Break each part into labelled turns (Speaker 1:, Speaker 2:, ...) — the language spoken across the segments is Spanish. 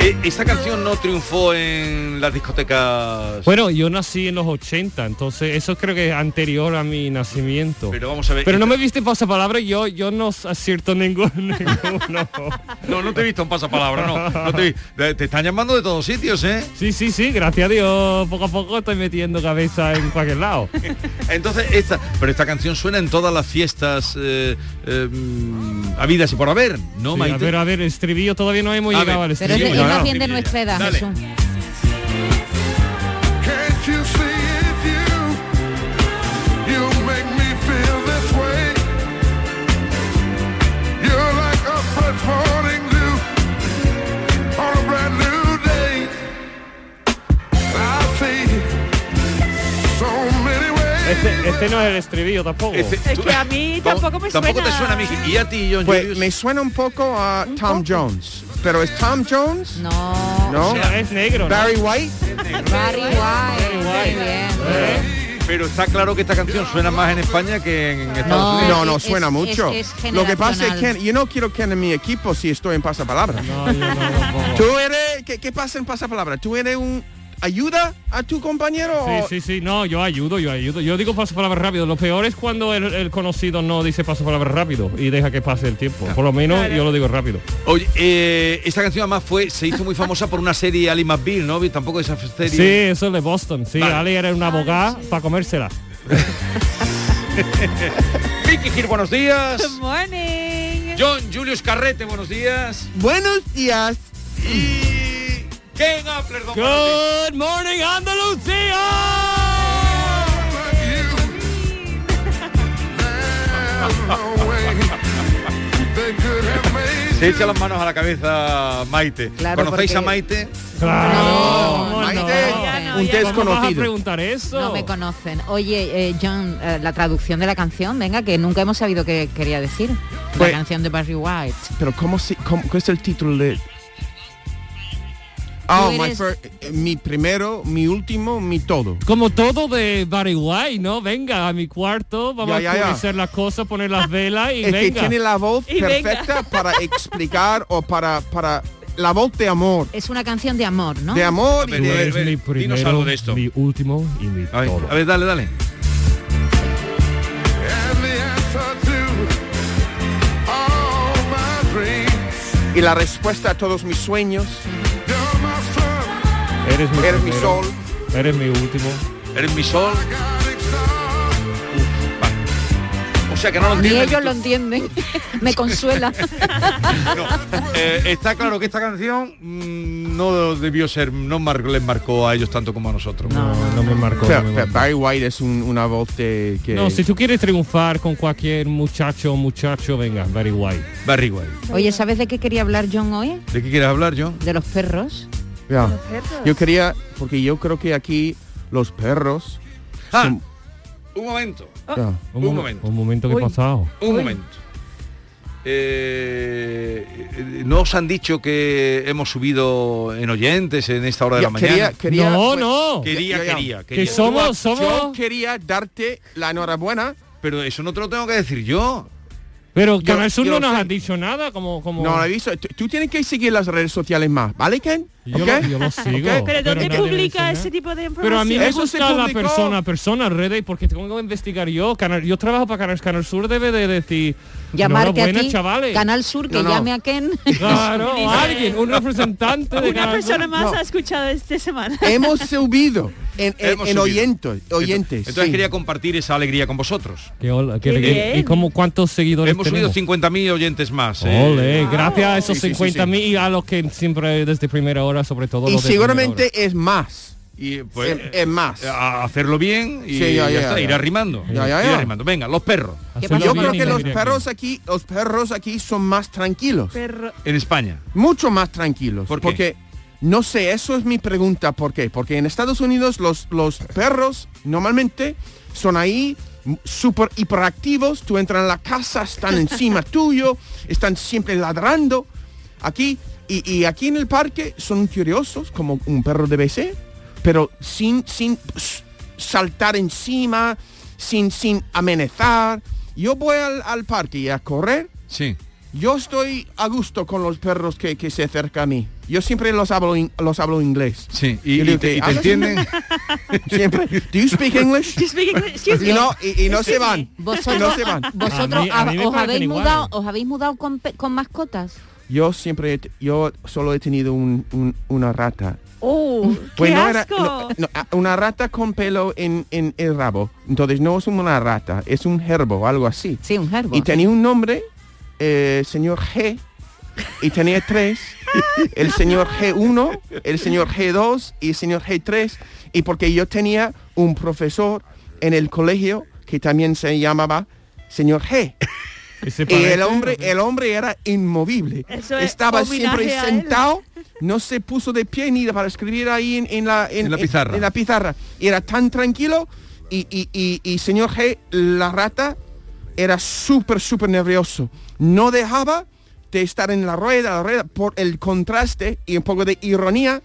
Speaker 1: Eh, Esta canción no triunfó en las discotecas,
Speaker 2: Bueno, yo nací en los 80, entonces eso creo que es anterior a mi nacimiento.
Speaker 1: pero vamos a ver.
Speaker 2: Pero no me viste pasapalabra, yo, yo no acierto ningún, ninguno.
Speaker 1: Eh, No, no te he visto un pasapalabra, no. no te, vi- te están llamando de todos sitios, ¿eh?
Speaker 2: Sí, sí, sí, gracias a Dios, poco a poco estoy metiendo cabeza en cualquier lado.
Speaker 1: Entonces, esta, pero esta canción suena en todas las fiestas eh, eh, mm, habidas y por haber, ¿no,
Speaker 2: Sí, a
Speaker 1: Maite?
Speaker 2: ver, a ver, estribillo, todavía no hemos
Speaker 1: A
Speaker 2: llegado
Speaker 1: ver,
Speaker 2: al
Speaker 3: Pero es,
Speaker 2: estribillo.
Speaker 3: de- es
Speaker 1: no,
Speaker 3: más
Speaker 1: no,
Speaker 3: bien de
Speaker 1: sí,
Speaker 3: nuestra edad,
Speaker 1: dale.
Speaker 3: Jesús.
Speaker 4: Can't you see it's you? You make me feel this way. You're like a fresh morning dew on a brand new day. I see so many ways.
Speaker 2: Este, este no es el estribillo tampoco.
Speaker 1: Este,
Speaker 5: Es
Speaker 1: tú-
Speaker 5: que a mí
Speaker 1: vamos,
Speaker 5: tampoco me
Speaker 1: Tampoco
Speaker 5: suena.
Speaker 1: te suena a mí. Y a ti, John
Speaker 6: Pues
Speaker 1: Julius?
Speaker 6: me suena un poco a Tom Jones, pero es Tom Jones,
Speaker 3: No.
Speaker 6: ¿no?
Speaker 2: No, es negro, ¿no?
Speaker 6: Barry White,
Speaker 2: Ah,
Speaker 3: Barry White.
Speaker 2: White.
Speaker 3: Muy bien.
Speaker 1: Eh, Pero está claro que esta canción suena más en España que en Estados
Speaker 3: No.
Speaker 1: Unidos.
Speaker 6: no, no
Speaker 3: es-
Speaker 6: suena
Speaker 3: es-
Speaker 6: mucho.
Speaker 3: es
Speaker 6: Lo que pasa es
Speaker 3: generacional.
Speaker 6: que yo no quiero que en mi equipo si estoy en pasapalabra.
Speaker 2: No, yo no, tampoco.
Speaker 6: Tú eres ¿qué, qué pasa en pasapalabra? Tú eres un ayuda a tu compañero. o-
Speaker 2: Sí, sí, sí, no, yo ayudo, yo ayudo. Yo digo pasapalabra rápido. Lo peor es cuando el, el conocido no dice pasapalabra rápido y deja que pase el tiempo. Por lo menos yo lo digo rápido.
Speaker 1: Oye, eh, esta canción además fue, se hizo muy famosa por una serie Ali McBeal, ¿no? Tampoco esa serie.
Speaker 2: Sí, eso es de Boston. Sí,
Speaker 1: Vale.
Speaker 2: Ali era una abogada para comérsela.
Speaker 1: Vicky Gil, buenos días.
Speaker 5: Good morning.
Speaker 1: John Julius Carrete, buenos días.
Speaker 6: Buenos días.
Speaker 1: Y Ken Apler, don Martín.
Speaker 2: Good morning, Andalucía.
Speaker 1: Se echa las manos a la cabeza Maite.
Speaker 3: Claro,
Speaker 1: ¿Conocéis a
Speaker 3: porque-
Speaker 1: Maite?
Speaker 2: Claro.
Speaker 3: No,
Speaker 2: ¿cómo
Speaker 6: Maite,
Speaker 5: Ya no,
Speaker 6: un
Speaker 5: ya
Speaker 6: test
Speaker 2: ¿Cómo vas a
Speaker 6: conocido.
Speaker 2: preguntar eso?
Speaker 3: No me conocen. Oye, eh, John, eh, la traducción de la canción, venga, que nunca hemos sabido qué quería decir.
Speaker 6: Pues-
Speaker 3: la canción de Barry White.
Speaker 6: Pero cómo se cómo, ¿cuál es el título de Oh,
Speaker 3: Tú
Speaker 6: my
Speaker 3: eres-
Speaker 6: fir- eh, mi primero, mi último, mi todo.
Speaker 2: Como todo de Barry White, ¿no? Venga, a mi cuarto, vamos
Speaker 6: Ya, ya,
Speaker 2: a
Speaker 6: ya.
Speaker 2: oscurecer las cosas, poner las velas y
Speaker 6: es que
Speaker 2: venga.
Speaker 6: tiene la voz
Speaker 5: Y venga.
Speaker 6: perfecta para explicar o para para la voz de amor,
Speaker 3: Es una canción de amor, ¿no?
Speaker 6: de amor
Speaker 1: A
Speaker 6: y
Speaker 1: ver,
Speaker 6: de-
Speaker 1: a ver,
Speaker 2: mi
Speaker 1: dinos algo de esto.
Speaker 2: mi último y mi
Speaker 1: A ver,
Speaker 2: todo.
Speaker 1: a ver, dale, dale.
Speaker 6: y la respuesta a todos mis sueños,
Speaker 2: Eres mi,
Speaker 6: eres mi
Speaker 2: primero,
Speaker 6: sol.
Speaker 2: Eres mi último.
Speaker 1: Eres mi sol. Vale. O sea que no lo
Speaker 3: Ni
Speaker 1: entiendes.
Speaker 3: ellos lo entienden. Me consuela.
Speaker 1: No. Eh, está claro que esta canción mm, no debió ser, no mar- les marcó a ellos tanto como a nosotros.
Speaker 2: No, no me marcó.
Speaker 6: Pero-
Speaker 2: no, me
Speaker 6: pero
Speaker 2: marcó.
Speaker 6: Barry White es un- una voz de que
Speaker 2: No, si tú quieres triunfar con cualquier muchacho o muchacho, venga, Barry White.
Speaker 1: Barry White.
Speaker 3: Oye, ¿sabes de qué quería hablar John hoy?
Speaker 1: ¿De qué quieres hablar, John?
Speaker 3: De los perros.
Speaker 6: Ya.
Speaker 5: perros.
Speaker 6: Yo quería porque yo creo que aquí los perros
Speaker 1: Ah,
Speaker 6: son-
Speaker 1: un momento,
Speaker 2: Ah.
Speaker 6: Ya.
Speaker 1: Un
Speaker 2: momen-
Speaker 1: momento.
Speaker 2: Un momento que he
Speaker 5: Uy.
Speaker 2: pasado.
Speaker 1: un momento. Eh, eh, ¿No os han dicho que hemos subido en oyentes en esta hora de
Speaker 6: Ya,
Speaker 1: la
Speaker 6: quería,
Speaker 1: mañana?
Speaker 6: quería
Speaker 2: no,
Speaker 6: pues,
Speaker 2: no.
Speaker 1: Quería,
Speaker 6: Ya, ya.
Speaker 1: quería,
Speaker 2: Que
Speaker 1: quería.
Speaker 2: son- Somos-
Speaker 6: yo- Yo
Speaker 2: somos-
Speaker 6: quería darte la enhorabuena.
Speaker 1: Pero eso no te lo tengo que decir yo.
Speaker 2: Pero
Speaker 6: Yo-
Speaker 2: Canal Sur
Speaker 6: yo
Speaker 2: no
Speaker 6: lo
Speaker 2: nos
Speaker 6: sé.
Speaker 2: has dicho nada, como... como...
Speaker 6: No, aviso. Tú tienes que seguir las redes sociales más, ¿vale, Ken?
Speaker 2: Yo,
Speaker 6: ¿Ok?
Speaker 2: lo, yo lo sigo.
Speaker 6: ¿Pero
Speaker 5: Pero ¿dónde
Speaker 2: nadie me
Speaker 5: publica
Speaker 2: enseña.
Speaker 5: ese tipo de información?
Speaker 2: Pero a mí me
Speaker 6: Eso se
Speaker 2: gusta la
Speaker 6: publicó.
Speaker 2: persona, persona, redes, porque tengo que investigar yo. Canal, yo trabajo para Canal, Canal Sur, debe de decir...
Speaker 3: Llamarte a
Speaker 2: "Enhorabuena,
Speaker 3: ti,
Speaker 2: chavales.
Speaker 3: Canal Sur, que
Speaker 6: No, no.
Speaker 3: llame a Ken.
Speaker 2: Claro, alguien, un representante de
Speaker 5: Una
Speaker 2: Canal Sur.
Speaker 5: persona más
Speaker 6: No.
Speaker 5: ha escuchado esta semana.
Speaker 6: Hemos subido en, en-
Speaker 1: Hemos
Speaker 6: en
Speaker 1: subido.
Speaker 6: oyentes. oyentes
Speaker 1: Entonces
Speaker 6: sí.
Speaker 1: quería compartir esa alegría con vosotros.
Speaker 2: Qué hola,
Speaker 5: Qué
Speaker 2: qué alegría.
Speaker 5: bien.
Speaker 2: ¿Y cómo, cuántos seguidores
Speaker 1: Hemos subido
Speaker 2: Pues tenemos?
Speaker 1: 50.000 oyentes más. eh.
Speaker 2: Ole, gracias a esos
Speaker 6: Ah, Sí, sí, sí,
Speaker 2: 50.000 y a los que siempre desde primera hora, sobre todo.
Speaker 6: y
Speaker 2: los de primera hora.
Speaker 6: seguramente es más.
Speaker 1: Y pues,
Speaker 6: Eh, es, es más.
Speaker 1: a hacerlo bien y
Speaker 6: Sí, ya,
Speaker 1: ya
Speaker 6: ya,
Speaker 1: está,
Speaker 6: ya.
Speaker 1: ir arrimando.
Speaker 6: Ya, ya,
Speaker 1: Ir
Speaker 6: ya.
Speaker 1: arrimando. Venga, los perros
Speaker 3: ¿Qué
Speaker 2: Hacerlo
Speaker 6: Yo
Speaker 3: Sí,
Speaker 2: bien
Speaker 6: creo
Speaker 2: y
Speaker 6: que los
Speaker 2: directo.
Speaker 6: perros aquí, los perros aquí son más tranquilos.
Speaker 5: Perro.
Speaker 1: en España.
Speaker 6: mucho más tranquilos.
Speaker 1: ¿Por qué?
Speaker 6: porque no sé, eso es mi pregunta. ¿Por qué? Porque en Estados Unidos los, los perros normalmente son ahí m- súper hiperactivos. Tú entras en la casa, están encima tuyo, están siempre ladrando. Aquí y, y aquí en el parque son curiosos, como un perro debe ser, pero sin, sin s- saltar encima, sin, sin amenazar. Yo voy al, al parque y a correr
Speaker 1: Sí.
Speaker 6: yo estoy a gusto con los perros que, que se acercan a mí. Yo siempre los hablo, in- los hablo inglés.
Speaker 1: Sí, y,
Speaker 6: Yo
Speaker 1: y
Speaker 6: digo
Speaker 1: te,
Speaker 6: que
Speaker 1: y te
Speaker 6: hablas-
Speaker 1: entienden.
Speaker 6: Siempre. ¿Do you speak English?
Speaker 5: You speak English? Excuse
Speaker 6: Y
Speaker 5: me.
Speaker 6: no, y, y no se van. Y
Speaker 3: Vosotros,
Speaker 6: no se van.
Speaker 3: vosotros
Speaker 2: mí- a mí me
Speaker 3: ha- os,
Speaker 2: parecen
Speaker 3: habéis
Speaker 2: iguales.
Speaker 3: mudado, os habéis mudado con, pe- con mascotas.
Speaker 6: Yo siempre, he te- yo solo he tenido un- un- una rata.
Speaker 5: Oh, qué
Speaker 6: Pues no era-
Speaker 5: asco.
Speaker 6: no, no, a- una rata con pelo en, en el rabo. Entonces no es una rata, es un gerbo, algo así.
Speaker 3: Sí, un gerbo.
Speaker 6: Y tenía un nombre, eh, señor G, y tenía tres, el señor G1, el señor G2 y el señor G3, y porque yo tenía un profesor en el colegio que también se llamaba señor G.
Speaker 2: Y se
Speaker 6: Y el
Speaker 2: parece,
Speaker 6: hombre,
Speaker 2: ¿no?
Speaker 6: el hombre era inmovible.
Speaker 5: Eso es
Speaker 6: Estaba siempre
Speaker 5: homenaje a él.
Speaker 6: sentado, no se puso de pie ni para escribir ahí en, en la,
Speaker 1: En la pizarra.
Speaker 6: en la pizarra. Y era tan tranquilo y, y- y- y señor G, la rata, era súper, súper nervioso. No dejaba de estar en la rueda, la rueda, por el contraste y un poco de ironía,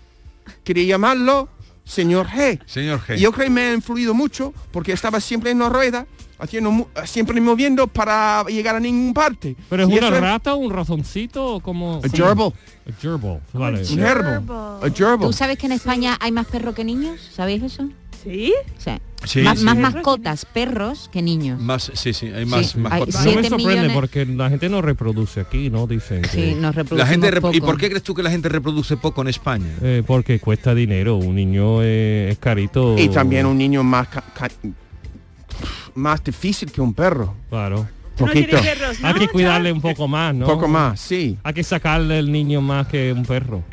Speaker 6: quería llamarlo señor G.
Speaker 1: Señor G.
Speaker 6: Yo creo que me ha influido mucho porque estaba siempre en la rueda, haciendo, mu- siempre moviendo para llegar a ningún parte.
Speaker 2: Pero es
Speaker 6: Y
Speaker 2: una
Speaker 6: eso
Speaker 2: rata, un razoncito, o como...
Speaker 6: A gerbil.
Speaker 2: A gerbil, vale.
Speaker 6: Un gerbil.
Speaker 5: Gerbil.
Speaker 6: A gerbil.
Speaker 3: ¿Tú sabes que en España hay más perros que niños? ¿Sabéis eso?
Speaker 5: ¿Sí?
Speaker 3: Sí.
Speaker 1: Sí,
Speaker 3: más,
Speaker 1: sí.
Speaker 3: más mascotas, perros que niños.
Speaker 1: Más, sí, sí, hay más,
Speaker 3: Sí.
Speaker 1: más
Speaker 3: Ay,
Speaker 1: cotas.
Speaker 2: No me
Speaker 3: Siete
Speaker 2: sorprende
Speaker 3: millones.
Speaker 2: porque la gente no reproduce aquí, ¿no? Dicen que-
Speaker 3: Sí, nos
Speaker 1: Eh, La
Speaker 3: reproducimos
Speaker 1: gente rep-
Speaker 3: poco.
Speaker 1: ¿Y por qué crees tú que la gente reproduce poco en España?
Speaker 2: eh, porque cuesta dinero, un niño eh, es carito.
Speaker 6: Y también un niño más, ca- ca- más difícil que un perro.
Speaker 2: Claro.
Speaker 5: Tú no
Speaker 6: Poquito.
Speaker 5: tienes perros, ¿no?
Speaker 2: Hay que
Speaker 5: John?
Speaker 2: cuidarle un poco más, ¿no?
Speaker 6: Poco más, sí.
Speaker 2: Hay que sacarle el niño más que un perro.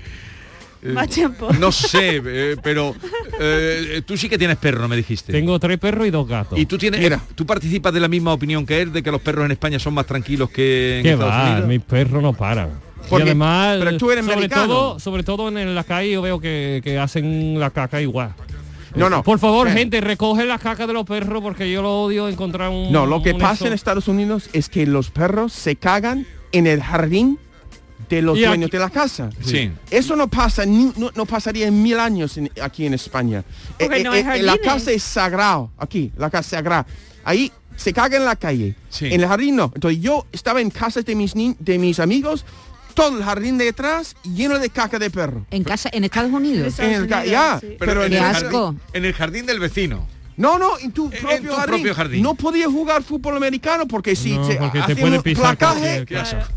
Speaker 6: Eh,
Speaker 5: Más tiempo.
Speaker 1: Eh, No sé, eh, pero eh, tú sí que tienes perro, me dijiste.
Speaker 2: Tengo tres perros y dos gatos.
Speaker 1: Y tú tienes,
Speaker 6: Mira.
Speaker 1: tú participas de la misma opinión que él de que los perros en España son más tranquilos que en
Speaker 2: ¿Qué
Speaker 1: Estados
Speaker 2: va?
Speaker 1: Unidos.
Speaker 2: Mis perros no paran.
Speaker 6: Porque-
Speaker 2: y además,
Speaker 6: pero tú eres
Speaker 2: sobre
Speaker 6: americano.
Speaker 2: todo, sobre todo en la calle yo veo que, que hacen la caca igual.
Speaker 6: No, Eh. no.
Speaker 2: Por favor,
Speaker 6: Ven.
Speaker 2: gente, recoge la caca de los perros porque yo lo odio encontrar un
Speaker 6: No, lo que
Speaker 2: un
Speaker 6: pasa en
Speaker 2: eso.
Speaker 6: Estados Unidos es que los perros se cagan en el jardín de los
Speaker 2: Y aquí-
Speaker 6: dueños de la casa.
Speaker 1: Sí.
Speaker 6: Eso no pasa, ni- no, no pasaría en mil años en- aquí en España. Eh,
Speaker 5: Porque no hay
Speaker 6: la
Speaker 5: jardines.
Speaker 6: casa es sagrado, aquí, la casa es sagrada. Ahí se caga en la calle.
Speaker 1: Sí.
Speaker 6: En el jardín no. Entonces yo estaba en casa de mis, ni- de mis amigos, todo el jardín de detrás lleno de caca de perro.
Speaker 3: En casa, en Estados Unidos.
Speaker 6: En el
Speaker 5: Estados
Speaker 6: ca-
Speaker 5: Unidos,
Speaker 6: ya,
Speaker 5: sí.
Speaker 6: pero en
Speaker 3: Qué
Speaker 6: el
Speaker 3: asco.
Speaker 6: jardín-
Speaker 1: en el jardín del vecino.
Speaker 6: No, no, en tu,
Speaker 1: En
Speaker 6: propio,
Speaker 1: tu
Speaker 6: jardín.
Speaker 1: propio jardín.
Speaker 6: No podía jugar fútbol americano porque si
Speaker 2: No,
Speaker 6: se
Speaker 2: porque te
Speaker 6: hacían
Speaker 2: puede
Speaker 6: un
Speaker 2: pisar
Speaker 6: placaje,
Speaker 2: cualquier cosa.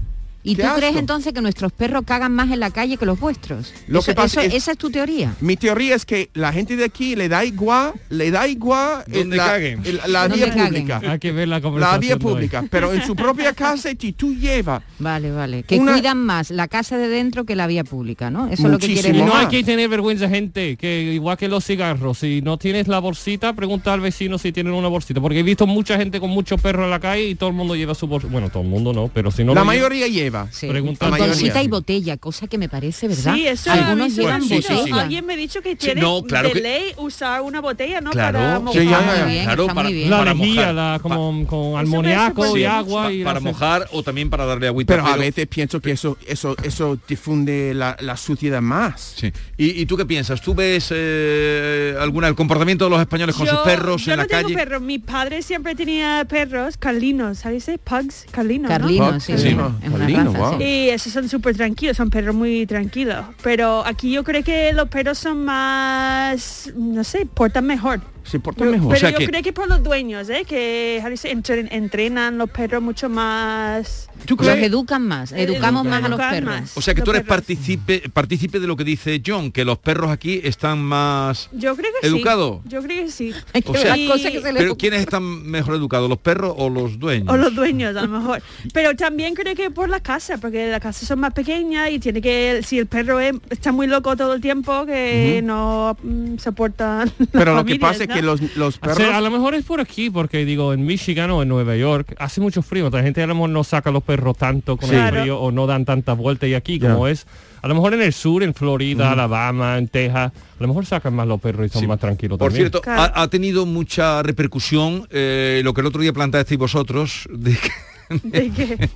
Speaker 3: ¿Y
Speaker 6: qué
Speaker 3: tú crees
Speaker 6: asco.
Speaker 3: entonces que nuestros perros cagan más en la calle que los vuestros?
Speaker 6: Lo
Speaker 3: Eso-
Speaker 6: que pasa
Speaker 3: eso-
Speaker 6: es-
Speaker 3: Esa es tu teoría.
Speaker 6: Mi teoría es que la gente de aquí le da igual, le da igual eh,
Speaker 1: Donde
Speaker 6: la,
Speaker 1: caguen.
Speaker 6: el- la
Speaker 3: Donde
Speaker 6: vía
Speaker 3: caguen.
Speaker 6: pública.
Speaker 2: Hay que ver la conversación.
Speaker 6: La vía
Speaker 2: de hoy.
Speaker 6: pública. Pero en su propia casa, si tú llevas
Speaker 3: Vale, vale. Que
Speaker 6: Una-
Speaker 3: cuidan más la casa de dentro que la vía pública, ¿no? Eso es lo que
Speaker 6: Muchísimo
Speaker 2: Y
Speaker 3: quiere
Speaker 2: no
Speaker 6: más.
Speaker 2: hay que tener vergüenza, gente, que igual que los cigarros, si no tienes la bolsita, pregunta al vecino si tienen una bolsita, porque he visto mucha gente con muchos perros en la calle y todo el mundo lleva su bolsa. Bueno, todo el mundo no, pero si no...
Speaker 6: la
Speaker 2: lo lleva-
Speaker 6: mayoría lleva.
Speaker 3: Sí.
Speaker 2: Pregunta
Speaker 3: Con
Speaker 6: a la mayoría.
Speaker 3: bolsita y botella, cosa que me parece, ¿verdad?
Speaker 5: Sí, eso
Speaker 3: Algunos
Speaker 5: me
Speaker 3: llevan
Speaker 5: han dicho.
Speaker 3: botella.
Speaker 5: Alguien me ha dicho que tiene
Speaker 1: no, claro
Speaker 5: de
Speaker 1: que-
Speaker 5: ley usar una botella, ¿no?
Speaker 1: Claro.
Speaker 5: Para
Speaker 1: Sí,
Speaker 5: mojar.
Speaker 6: ya, ya,
Speaker 3: Muy bien, está muy bien.
Speaker 2: La
Speaker 1: para
Speaker 2: lejía,
Speaker 1: mojar.
Speaker 2: la, como, con
Speaker 5: Eso me hace
Speaker 2: armoniaco y
Speaker 5: poner-
Speaker 2: agua.
Speaker 1: Pa-
Speaker 2: y
Speaker 1: para
Speaker 2: la-
Speaker 1: mojar o también para darle agüita.
Speaker 6: Pero a veces pienso que eso, eso, eso difunde la, la suciedad más.
Speaker 1: Sí. ¿Y, y tú qué piensas? ¿Tú ves eh, alguna el comportamiento de los españoles con sus perros
Speaker 5: yo
Speaker 1: en
Speaker 5: no
Speaker 1: la
Speaker 5: tengo
Speaker 1: calle?
Speaker 5: perro. Mi padre siempre tenía perros carlinos, ¿sabes? Pugs, carlinos. ¿no?
Speaker 3: Carlino,
Speaker 6: Pugs,
Speaker 3: sí,
Speaker 1: sí.
Speaker 3: es una
Speaker 6: Carlino. Bueno,
Speaker 3: raza,
Speaker 6: wow.
Speaker 3: sí.
Speaker 5: Y esos son súper tranquilos, son perros muy tranquilos. Pero aquí yo creo que los perros son más, no sé, portan mejor.
Speaker 6: Se porta
Speaker 5: Pero,
Speaker 6: mejor.
Speaker 5: pero
Speaker 1: O sea
Speaker 5: yo
Speaker 1: que-
Speaker 5: creo que por los dueños, ¿eh? que Harry se entren- entrenan los perros mucho más...
Speaker 1: ¿Tú
Speaker 3: Los
Speaker 1: crees?
Speaker 3: educan más, educamos más a los
Speaker 5: Educan
Speaker 3: perros.
Speaker 5: más.
Speaker 1: O sea que tú
Speaker 5: Los
Speaker 1: eres
Speaker 5: perros.
Speaker 1: partícipe partícipe de lo que dice John, que los perros aquí están más...
Speaker 5: Yo creo que
Speaker 1: ¿Educado?
Speaker 5: sí. Yo creo que sí.
Speaker 3: Hay que
Speaker 1: O
Speaker 3: ver
Speaker 1: sea,
Speaker 3: las cosas que se le
Speaker 1: Pero
Speaker 3: ocurren.
Speaker 1: ¿quiénes están mejor educados, los perros o los dueños?
Speaker 5: O los dueños a lo mejor. Pero también creo que por las casas, porque las casas son más pequeñas y tiene que, si el perro es- está muy loco todo el tiempo, que no mm, soportan. las
Speaker 6: Pero lo que
Speaker 5: familias,
Speaker 6: pasa es
Speaker 5: ¿no?
Speaker 6: que los, los
Speaker 2: O
Speaker 6: perros...
Speaker 2: sea, a lo mejor es por aquí, porque digo, en Michigan o en Nueva York hace mucho frío, la gente a lo mejor no saca los perros tanto con
Speaker 5: Sí.
Speaker 2: el
Speaker 5: Claro.
Speaker 2: frío o no dan tantas vueltas y aquí como es, a lo mejor en el sur, en Florida, Alabama, en Texas, a lo mejor sacan más los perros y son
Speaker 1: Sí.
Speaker 2: más tranquilos
Speaker 1: Por
Speaker 2: también.
Speaker 1: cierto,
Speaker 5: Claro.
Speaker 1: ha, ha tenido mucha repercusión eh, lo que el otro día plantasteis vosotros, de que-
Speaker 5: De que-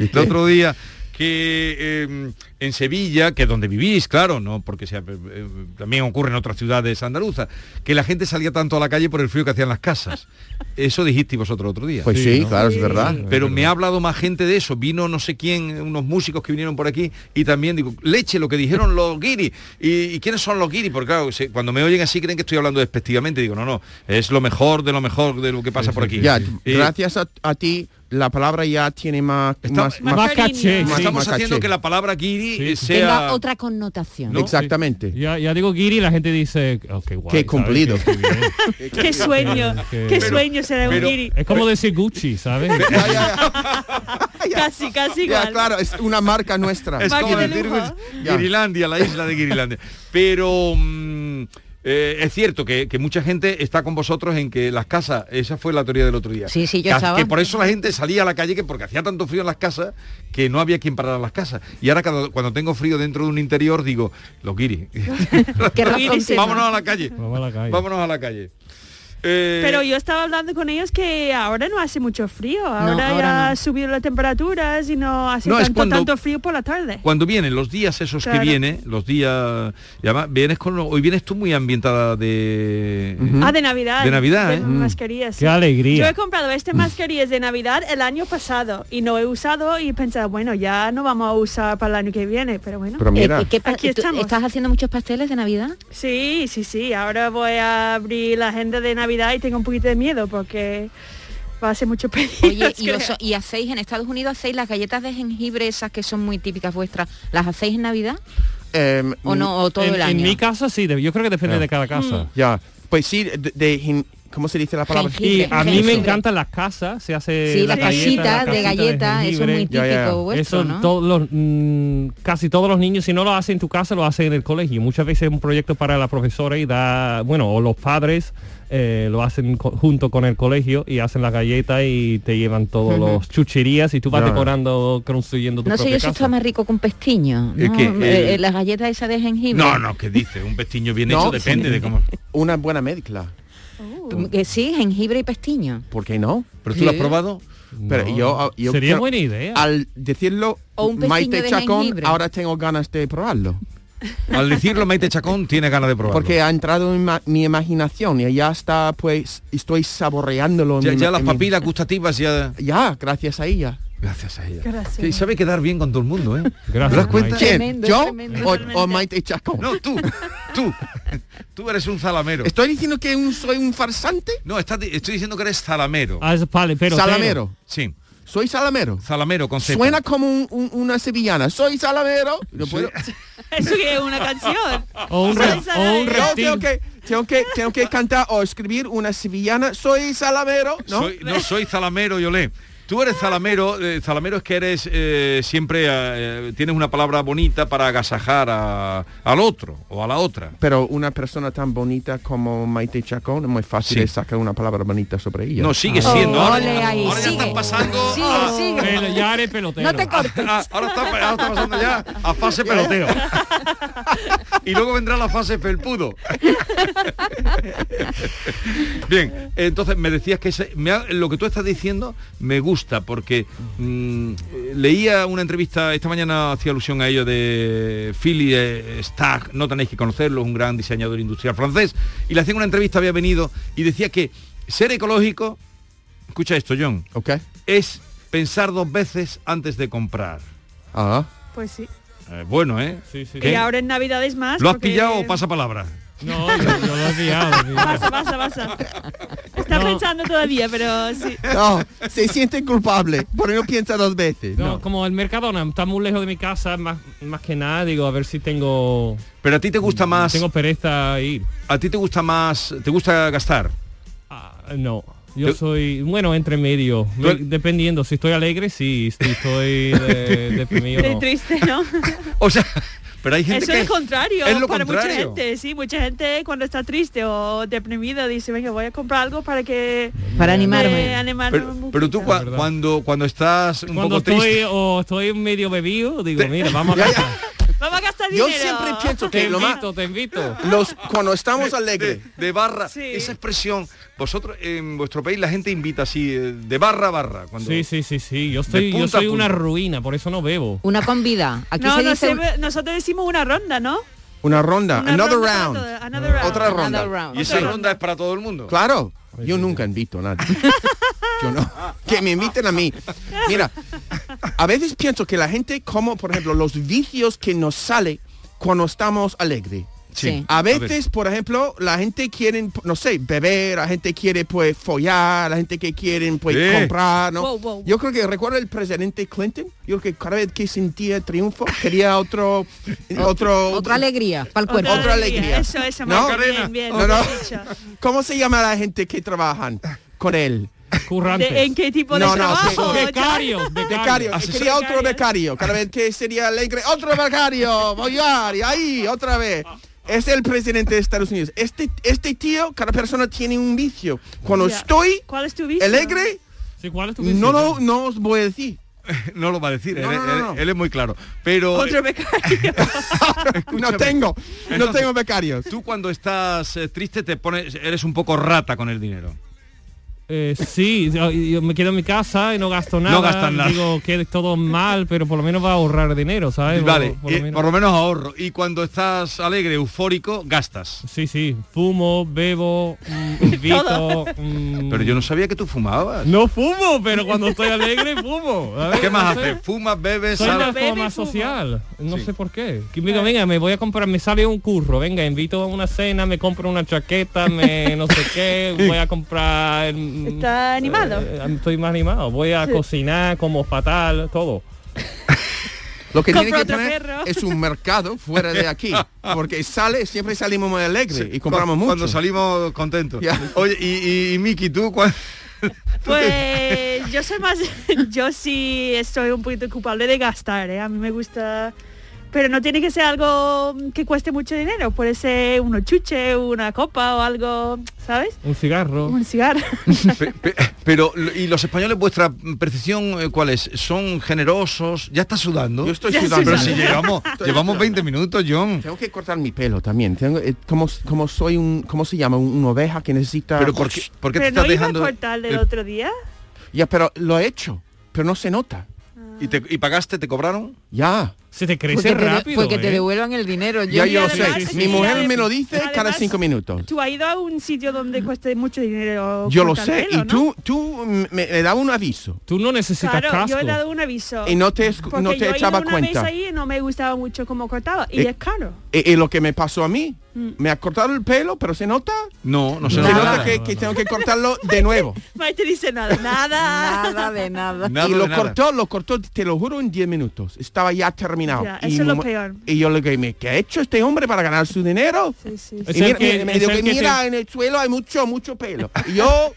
Speaker 1: el otro día que eh, en Sevilla, que es donde vivís, claro, no porque sea, eh, también ocurre en otras ciudades andaluzas, que la gente salía tanto a la calle por el frío que hacían las casas. Eso dijisteis vosotros otro día.
Speaker 7: Pues
Speaker 2: Sí,
Speaker 7: sí,
Speaker 2: ¿no?
Speaker 7: claro, es verdad.
Speaker 1: Pero me ha hablado más gente de eso. Vino no sé quién, unos músicos que vinieron por aquí y también digo, leche, lo que dijeron los guiris. ¿Y, y quiénes son los guiris? Porque claro, se- cuando me oyen así creen que estoy hablando despectivamente. Digo, no, no, es lo mejor de lo mejor de lo que pasa por aquí.
Speaker 6: Ya,
Speaker 1: Eh,
Speaker 6: gracias a, a ti, la palabra ya tiene más...
Speaker 1: Está-
Speaker 6: más-
Speaker 5: Más
Speaker 6: más-
Speaker 2: más caché,
Speaker 5: cariño.
Speaker 2: sí.
Speaker 1: estamos
Speaker 6: macaché.
Speaker 1: haciendo que la palabra guiri
Speaker 2: Sí.
Speaker 1: eh,
Speaker 3: Tenga
Speaker 1: sea...
Speaker 3: otra connotación.
Speaker 2: ¿no?
Speaker 6: Exactamente.
Speaker 2: Sí. Ya, ya digo Giri, la gente dice, oh, qué guay,
Speaker 6: Qué
Speaker 2: ¿sabes?
Speaker 6: cumplido.
Speaker 2: Qué- qué bien.
Speaker 5: qué sueño,
Speaker 2: Pero-
Speaker 5: qué sueño será un
Speaker 1: pero-
Speaker 5: guiri.
Speaker 2: es como decir Gucci, ¿sabes?
Speaker 6: Ya, ya, ya,
Speaker 5: Casi, casi
Speaker 6: Ah, ya,
Speaker 5: igual.
Speaker 6: claro, es una marca nuestra.
Speaker 1: Es como
Speaker 5: Máquina de
Speaker 1: decir
Speaker 5: lujo.
Speaker 1: pues,
Speaker 6: Ya.
Speaker 1: Guirilandia, la isla de Guirilandia. Pero mm, eh, es cierto que, que mucha gente está con vosotros en que las casas, esa fue la teoría del otro día.
Speaker 3: Sí, sí, yo
Speaker 1: que,
Speaker 3: estaba.
Speaker 1: que por eso la gente salía a la calle que porque hacía tanto frío en las casas que no había quien parar las casas. Y ahora cuando, cuando tengo frío dentro de un interior digo, los guiri.
Speaker 3: Qué razón
Speaker 5: Guiri se-
Speaker 3: tiene.
Speaker 1: Vámonos a la calle.
Speaker 2: Vamos a la calle.
Speaker 1: Vámonos a la calle. Eh,
Speaker 5: Pero yo estaba hablando con ellos que ahora no hace mucho frío, ahora,
Speaker 3: ahora
Speaker 5: ya
Speaker 3: no.
Speaker 5: ha subido las temperaturas y no hace
Speaker 1: No, es
Speaker 5: tanto,
Speaker 1: cuando-
Speaker 5: tanto frío por la tarde.
Speaker 1: Cuando vienen los días esos
Speaker 5: Claro.
Speaker 1: que vienen, los días... Y además, vienes con... lo- Hoy vienes tú muy ambientada de...
Speaker 5: Ah, de Navidad.
Speaker 1: Mm. De Navidad, ¿eh? Mm.
Speaker 5: mascarillas.
Speaker 2: Qué
Speaker 5: Yo
Speaker 2: alegría.
Speaker 5: he comprado este mascarillas de Navidad el año pasado y no he usado y he pensado, bueno, ya no vamos a usar para el año que viene, pero bueno.
Speaker 6: Pero
Speaker 3: Eh,
Speaker 6: mira,
Speaker 3: ¿qué pa-
Speaker 5: Aquí
Speaker 3: tú-
Speaker 5: estamos.
Speaker 3: ¿Estás haciendo muchos pasteles de Navidad?
Speaker 5: Sí, sí, sí. Ahora voy a abrir la agenda de Navidad y tengo un poquito de miedo porque va a ser mucho pedido.
Speaker 3: Oye, y, os- y hacéis en Estados Unidos hacéis las galletas de jengibre esas que son muy típicas vuestras, ¿las hacéis en Navidad
Speaker 6: em,
Speaker 3: o no o todo
Speaker 2: en,
Speaker 3: el
Speaker 2: en
Speaker 3: año? Mm.
Speaker 2: mi casa sí, de- yo creo que depende de cada casa.
Speaker 6: Ya, pues sí, de, de gen- ¿cómo se dice la palabra?
Speaker 3: Jengibre.
Speaker 2: Y a mí me
Speaker 3: jengibre.
Speaker 2: encantan las casas, se hace
Speaker 3: sí, las
Speaker 2: la galleta, la
Speaker 3: casitas de
Speaker 2: casita
Speaker 3: galleta, eso es
Speaker 2: jengibre.
Speaker 3: muy típico
Speaker 6: Ya, ya, ya.
Speaker 3: vuestro,
Speaker 2: Eso
Speaker 3: ¿no?
Speaker 2: todos los, mm, casi todos los niños, si no lo hacen en tu casa, lo hacen en el colegio. Muchas veces es un proyecto para la profesora y da, bueno, o los padres eh, lo hacen co- junto con el colegio y hacen la galleta y te llevan todos los chucherías y tú vas
Speaker 6: Ya.
Speaker 2: decorando, construyendo tu
Speaker 3: no sé
Speaker 2: propia
Speaker 3: yo si
Speaker 2: casa.
Speaker 3: está más rico que un pestiño.
Speaker 1: Es
Speaker 3: ¿no?
Speaker 1: que,
Speaker 3: Eh,
Speaker 1: eh,
Speaker 3: eh, las galletas esas de jengibre.
Speaker 1: No, no, ¿qué dice? Un pestiño bien
Speaker 6: No,
Speaker 1: hecho depende de cómo.
Speaker 6: Una buena mezcla.
Speaker 3: Uh, Que sí, jengibre y pestiño.
Speaker 6: ¿Por qué no?
Speaker 1: ¿Pero tú lo has probado?
Speaker 6: Pero
Speaker 2: No.
Speaker 6: yo, ah, yo
Speaker 2: Sería
Speaker 6: creo-
Speaker 2: buena idea.
Speaker 6: Al decirlo,
Speaker 3: O un pestiño
Speaker 6: Maite
Speaker 3: de
Speaker 6: Chacón,
Speaker 3: jengibre.
Speaker 6: ahora tengo ganas de probarlo.
Speaker 1: Al decirlo, Maite Chacón tiene ganas de probarlo.
Speaker 6: Porque ha entrado en ma- mi imaginación y ya está, pues, estoy saboreándolo. en
Speaker 1: ya,
Speaker 6: mi-
Speaker 1: ya las
Speaker 6: en mi-
Speaker 1: papilas gustativas ya.
Speaker 6: Ya, gracias a ella.
Speaker 1: Gracias a ella.
Speaker 5: Gracias.
Speaker 1: Sí, sabe quedar bien con todo el mundo, ¿eh?
Speaker 2: Gracias,
Speaker 1: ¿Te das cuenta?
Speaker 2: Maite.
Speaker 6: ¿Quién?
Speaker 3: Tremendo,
Speaker 6: ¿Yo
Speaker 3: tremendo.
Speaker 6: o- o,
Speaker 5: Totalmente.
Speaker 6: Maite Chacón?
Speaker 1: No, tú, tú, tú eres un zalamero.
Speaker 6: ¿Estoy diciendo que un- soy un farsante?
Speaker 1: No, estás di- estoy diciendo que eres zalamero.
Speaker 2: Ah, es pale- pero
Speaker 6: salamero.
Speaker 1: Sí,
Speaker 6: Soy salamero.
Speaker 1: zalamero con Z.
Speaker 6: Suena como un- un- una sevillana. Soy salamero. No puedo.
Speaker 5: Eso que es una canción.
Speaker 2: O un
Speaker 5: Soy
Speaker 2: re- o un
Speaker 5: Sara-
Speaker 2: re-
Speaker 6: Yo tengo que, tengo, que, tengo que cantar o escribir una sevillana. Soy salamero. ¿no?
Speaker 1: Soy- no soy zalamero, Yolé. Tú eres zalamero, eh, zalamero es que eres eh, siempre, eh, tienes una palabra bonita para agasajar a- al otro o a la otra.
Speaker 6: Pero una persona tan bonita como Maite Chacón es muy fácil
Speaker 1: Sí.
Speaker 6: de sacar una palabra bonita sobre ella. Ah.
Speaker 1: No, sigue siendo. ahora
Speaker 3: Ole ahí,
Speaker 1: ahora ya
Speaker 3: sigue.
Speaker 1: estás pasando
Speaker 3: Sigue,
Speaker 1: a-
Speaker 3: sigue.
Speaker 2: Pero ya eres pelotero.
Speaker 3: No te cortes.
Speaker 1: Ah, ahora, está, ahora está pasando ya a fase peloteo. Y luego vendrá la fase felpudo. Bien, entonces me decías que ese- me ha- lo que tú estás diciendo me gusta porque mm, eh, leía una entrevista, esta mañana hacía alusión a ello de Philly eh, Stagg, no tenéis que conocerlo, es un gran diseñador industrial francés, y le hacían una entrevista, había venido, y decía que ser ecológico, escucha esto John,
Speaker 6: ¿Ok?
Speaker 1: es pensar dos veces antes de comprar.
Speaker 6: Ah,
Speaker 5: Pues sí.
Speaker 1: Eh, bueno, ¿eh?
Speaker 2: Sí, sí.
Speaker 1: ¿Qué?
Speaker 5: Y ahora en Navidades más.
Speaker 1: ¿Lo has
Speaker 5: porque-
Speaker 1: pillado o pasa palabra?
Speaker 2: No, yo, yo lo he pillado. lo he pillado.
Speaker 5: Pasa, pasa, pasa. Está pensando todavía, pero sí.
Speaker 7: No, se siente culpable, pero no piensa dos veces.
Speaker 2: No,
Speaker 7: No.
Speaker 2: como el Mercadona está muy lejos de mi casa, más, más que nada, digo, a ver si tengo
Speaker 1: Pero a ti te gusta más,
Speaker 2: tengo pereza a ir.
Speaker 1: a ti te gusta más, te gusta gastar.
Speaker 2: Ah, no. Yo
Speaker 1: Yo-
Speaker 2: soy, bueno, entre medio, Me-
Speaker 1: Tú-
Speaker 2: dependiendo, si estoy alegre, sí, si estoy eh, deprimido,
Speaker 5: Qué
Speaker 2: no.
Speaker 5: triste, ¿no?
Speaker 1: O sea, pero hay gente
Speaker 5: Eso
Speaker 1: que
Speaker 5: es el contrario
Speaker 1: es lo
Speaker 5: para mucha
Speaker 1: contrario.
Speaker 5: gente. Sí, mucha gente cuando está triste o deprimida dice, venga, voy a comprar algo para que...
Speaker 3: Para
Speaker 5: me
Speaker 3: animarme.
Speaker 5: animarme
Speaker 1: Pero,
Speaker 5: un
Speaker 1: pero tú
Speaker 5: poquito".
Speaker 1: cua-
Speaker 2: verdad.
Speaker 1: cuando cuando estás un
Speaker 2: Cuando
Speaker 1: poco triste,
Speaker 2: estoy o estoy medio bebido, digo, mira, vamos a casa.
Speaker 5: Vamos a gastar
Speaker 6: Yo
Speaker 5: dinero.
Speaker 6: siempre pienso
Speaker 2: Te
Speaker 6: que lo más
Speaker 2: invito, te invito.
Speaker 6: los cuando estamos
Speaker 1: de,
Speaker 6: alegres.
Speaker 1: de barra,
Speaker 5: Sí.
Speaker 1: esa expresión, vosotros en vuestro país la gente invita así eh, de barra a barra cuando
Speaker 2: Sí, sí, sí, sí. Yo estoy, yo
Speaker 1: punta a
Speaker 2: soy una
Speaker 1: punta.
Speaker 2: ruina, por eso no bebo.
Speaker 3: Una convida. Aquí
Speaker 5: No,
Speaker 3: se
Speaker 5: no
Speaker 3: dice
Speaker 5: sé, nosotros decimos una ronda, ¿no?
Speaker 6: Una ronda,
Speaker 5: Una
Speaker 6: another
Speaker 5: ronda para
Speaker 6: round.
Speaker 5: todo, another round.
Speaker 6: Otra
Speaker 3: another
Speaker 6: ronda.
Speaker 3: round.
Speaker 1: Y esa ronda es para todo el mundo.
Speaker 6: Claro, yo nunca invito a nadie. Yo no. Que me inviten a mí. Mira, a veces pienso que la gente como, por ejemplo, los vicios que nos sale cuando estamos alegres.
Speaker 3: Sí.
Speaker 6: A
Speaker 1: ver.
Speaker 6: veces, por ejemplo, la gente quiere, no sé, beber, la gente quiere pues follar, la gente que quieren pues
Speaker 1: Sí.
Speaker 6: comprar, ¿no?
Speaker 5: Wow, wow.
Speaker 6: Yo creo que recuerdo el presidente Clinton, yo creo que cada vez que sentía triunfo quería otro otro
Speaker 3: otra alegría para el cuerpo.
Speaker 6: Otra alegría.
Speaker 5: Eso, eso,
Speaker 6: ¿No?
Speaker 5: Marco,
Speaker 1: Macarena.
Speaker 5: bien, bien,
Speaker 6: No,
Speaker 5: bien
Speaker 6: no.
Speaker 5: dicho.
Speaker 6: ¿Cómo se llama la gente que trabajan con él?
Speaker 2: Currantes.
Speaker 5: ¿De- ¿En qué tipo de
Speaker 6: No, no,
Speaker 5: trabajo?
Speaker 6: sí.
Speaker 2: Becarios,
Speaker 6: Becario,
Speaker 2: becarios.
Speaker 6: eh,
Speaker 1: Asesor-
Speaker 6: quería otro
Speaker 5: Becario.
Speaker 6: becario, cada vez que sería alegre, otro becario, Bollar, y ahí, otra vez. Es el presidente de Estados Unidos. Este, este tío, cada persona tiene un vicio. Cuando
Speaker 5: Ya.
Speaker 6: estoy
Speaker 5: ¿Cuál es tu vicio?
Speaker 6: alegre,
Speaker 2: Sí, ¿cuál es tu
Speaker 6: no,
Speaker 2: vicio?
Speaker 6: lo- no os voy a decir.
Speaker 1: no lo va a decir,
Speaker 6: No,
Speaker 1: él,
Speaker 6: no, no,
Speaker 1: él-
Speaker 6: no.
Speaker 1: él es muy claro. Pero
Speaker 2: eh,
Speaker 5: Otro becario.
Speaker 6: no tengo, no
Speaker 1: Entonces-
Speaker 6: tengo becarios.
Speaker 1: tú cuando estás eh, triste te pones, eres un poco rata con el dinero.
Speaker 2: Eh, sí, yo, yo me quedo en mi casa y no gasto nada.
Speaker 1: gastas nada.
Speaker 2: Digo que es todo mal, pero por lo menos va a ahorrar dinero, ¿sabes? Por-
Speaker 1: vale, eh,
Speaker 2: por lo menos.
Speaker 1: ahorro. Y cuando estás alegre, eufórico, gastas.
Speaker 2: Sí, sí, fumo, bebo, mm, invito. mm,
Speaker 1: Pero yo no sabía que tú fumabas.
Speaker 2: No fumo, pero cuando estoy alegre fumo. A ver,
Speaker 1: ¿Qué
Speaker 2: no
Speaker 1: más
Speaker 2: sé.
Speaker 1: haces? Fumas, bebes,
Speaker 2: Soy
Speaker 1: sal-
Speaker 2: una
Speaker 5: Bebe y
Speaker 2: coma
Speaker 5: fuma.
Speaker 2: social, no sé por qué. Que me diga, venga, me voy a comprar, me sale un curro, venga, invito a una cena, me compro una chaqueta, me no sé qué, voy a comprar... mm,
Speaker 5: Está animado.
Speaker 2: eh, estoy más animado, voy a cocinar como fatal, todo.
Speaker 6: Lo que
Speaker 5: Compra
Speaker 6: tiene que
Speaker 5: otro
Speaker 6: poner
Speaker 5: perro.
Speaker 6: es un mercado fuera de aquí. Porque sale, siempre salimos muy alegres y compramos
Speaker 1: cu-
Speaker 6: mucho.
Speaker 1: Ah. Cuando salimos contentos.
Speaker 6: Ya.
Speaker 1: Oye, y, y, y Miki, tú cuál?
Speaker 5: Pues yo soy más, yo sí estoy un poquito culpable de gastar, ¿eh? a mí me gusta, pero no tiene que ser algo que cueste mucho dinero, puede ser unos chuche, una copa o algo, ¿sabes?
Speaker 2: Un cigarro.
Speaker 5: Un cigarro.
Speaker 1: Pe- pe- Pero, lo- ¿y los españoles vuestra percepción eh, cuál es? ¿Son generosos? ¿Ya estás sudando?
Speaker 6: Yo estoy
Speaker 5: Ya
Speaker 6: sudando.
Speaker 1: Pero si llegamos,
Speaker 6: Estoy
Speaker 1: llevamos
Speaker 6: sudando.
Speaker 1: 20 minutos, John.
Speaker 6: Tengo que cortar mi pelo también. Tengo, eh, como, como soy un, ¿cómo se llama? Un- una oveja que necesita.
Speaker 1: Pero ¿por qué, por qué te
Speaker 5: pero
Speaker 1: estás
Speaker 5: no iba a
Speaker 1: dejando?
Speaker 5: cortar del
Speaker 6: eh,
Speaker 1: el-
Speaker 5: otro día.
Speaker 6: Ya, pero lo he hecho, pero no se nota.
Speaker 1: ¿Y, te- y pagaste? ¿Te cobraron?
Speaker 6: Ya.
Speaker 2: Se te crece
Speaker 3: Porque te, de-
Speaker 2: rápido.
Speaker 3: porque te
Speaker 2: ¿eh?
Speaker 3: devuelvan el dinero.
Speaker 6: Ya
Speaker 3: Yo-
Speaker 6: yo lo
Speaker 5: Y
Speaker 6: sé.
Speaker 5: además-
Speaker 6: Mi
Speaker 5: y
Speaker 6: mujer
Speaker 5: además-
Speaker 6: me lo dice cada
Speaker 5: además-
Speaker 6: cinco minutos.
Speaker 5: Tú has ido a un sitio donde cueste mucho dinero.
Speaker 6: Yo lo
Speaker 5: cortar
Speaker 6: sé.
Speaker 5: pelo,
Speaker 6: y
Speaker 5: ¿no?
Speaker 6: tú, tú mm, me, me daba un aviso
Speaker 2: Tú no necesitas
Speaker 5: Claro,
Speaker 2: casco.
Speaker 5: yo he dado un aviso.
Speaker 6: y no te, escu-
Speaker 5: porque
Speaker 6: no te
Speaker 5: yo he ido
Speaker 6: echaba
Speaker 5: una
Speaker 6: cuenta.
Speaker 5: vez ahí y no me gustaba mucho cómo cortaba y
Speaker 6: Eh,
Speaker 5: es caro. Mm.
Speaker 6: Y, y lo que me pasó a mí, me ha cortado el pelo, pero se nota,
Speaker 1: No, no
Speaker 6: se
Speaker 1: se
Speaker 6: nota
Speaker 1: nota nada.
Speaker 6: que, que tengo que cortarlo de nuevo.
Speaker 5: Maite dice nada, nada.
Speaker 3: Nada de nada.
Speaker 1: Nada
Speaker 6: y
Speaker 1: de
Speaker 6: lo
Speaker 1: nada.
Speaker 6: cortó, lo cortó, te lo juro, en 10 minutos. Estaba ya terminado.
Speaker 5: Ya,
Speaker 6: y,
Speaker 5: eso es lo
Speaker 6: mu-
Speaker 5: peor.
Speaker 6: y yo le dije, ¿qué ha hecho este hombre para ganar su dinero?
Speaker 5: Sí, sí,
Speaker 6: Y
Speaker 2: Es el
Speaker 6: mira,
Speaker 2: que-
Speaker 6: me- me
Speaker 2: es
Speaker 6: dijo
Speaker 2: el
Speaker 6: que
Speaker 2: que se-
Speaker 6: mira, en el suelo hay mucho, mucho pelo. Y yo,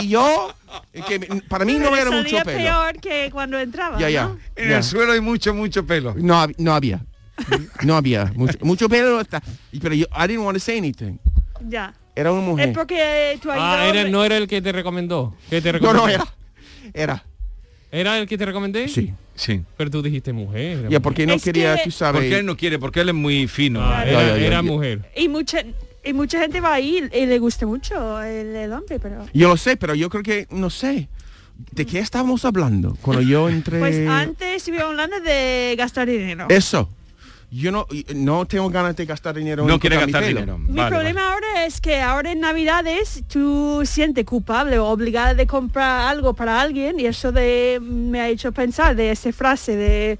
Speaker 6: y yo, eh, que me- para mí no
Speaker 5: Pero
Speaker 6: era mucho
Speaker 5: salía
Speaker 6: pelo.
Speaker 5: peor que cuando entraba.
Speaker 6: Ya, ya.
Speaker 5: ¿no?
Speaker 1: En
Speaker 6: ya.
Speaker 1: el suelo hay mucho, mucho pelo.
Speaker 6: No, hab- no había. No había. Mucho, mucho pelo no está. Y- Pero yo, I didn't want to say anything.
Speaker 5: Ya.
Speaker 6: Era una mujer.
Speaker 5: Es porque tú has
Speaker 2: Ah,
Speaker 5: ido-
Speaker 2: era, no era el que te recomendó. Que te
Speaker 6: No,
Speaker 2: recomendó.
Speaker 6: no, era. Era.
Speaker 2: ¿Era el que te recomendé?
Speaker 6: Sí.
Speaker 1: Sí.
Speaker 2: Pero tú dijiste mujer. era
Speaker 6: Ya,
Speaker 2: mujer.
Speaker 6: porque no
Speaker 5: Es
Speaker 6: quería,
Speaker 5: que-
Speaker 6: tú sabes.
Speaker 1: Porque él no quiere, porque él es muy fino.
Speaker 2: Ah,
Speaker 5: Claro.
Speaker 2: era,
Speaker 6: Ya, ya, ya,
Speaker 2: era
Speaker 6: ya.
Speaker 2: mujer.
Speaker 5: Y mucha, y mucha gente va ahí y le gusta mucho el, el hombre, pero...
Speaker 6: Yo lo sé, pero yo creo que, no sé. ¿De qué estábamos hablando cuando yo entré?
Speaker 5: Pues antes iba hablando de gastar dinero.
Speaker 6: Eso. Yo no, y- no tengo ganas de gastar dinero.
Speaker 1: No
Speaker 6: en
Speaker 1: quiere
Speaker 6: cortar mi
Speaker 1: gastar
Speaker 6: pelo.
Speaker 1: dinero.
Speaker 5: Mi
Speaker 1: Vale,
Speaker 5: problema ahora es que ahora en Navidades tú sientes culpable o obligada de comprar algo para alguien y eso de me ha hecho pensar de esa frase de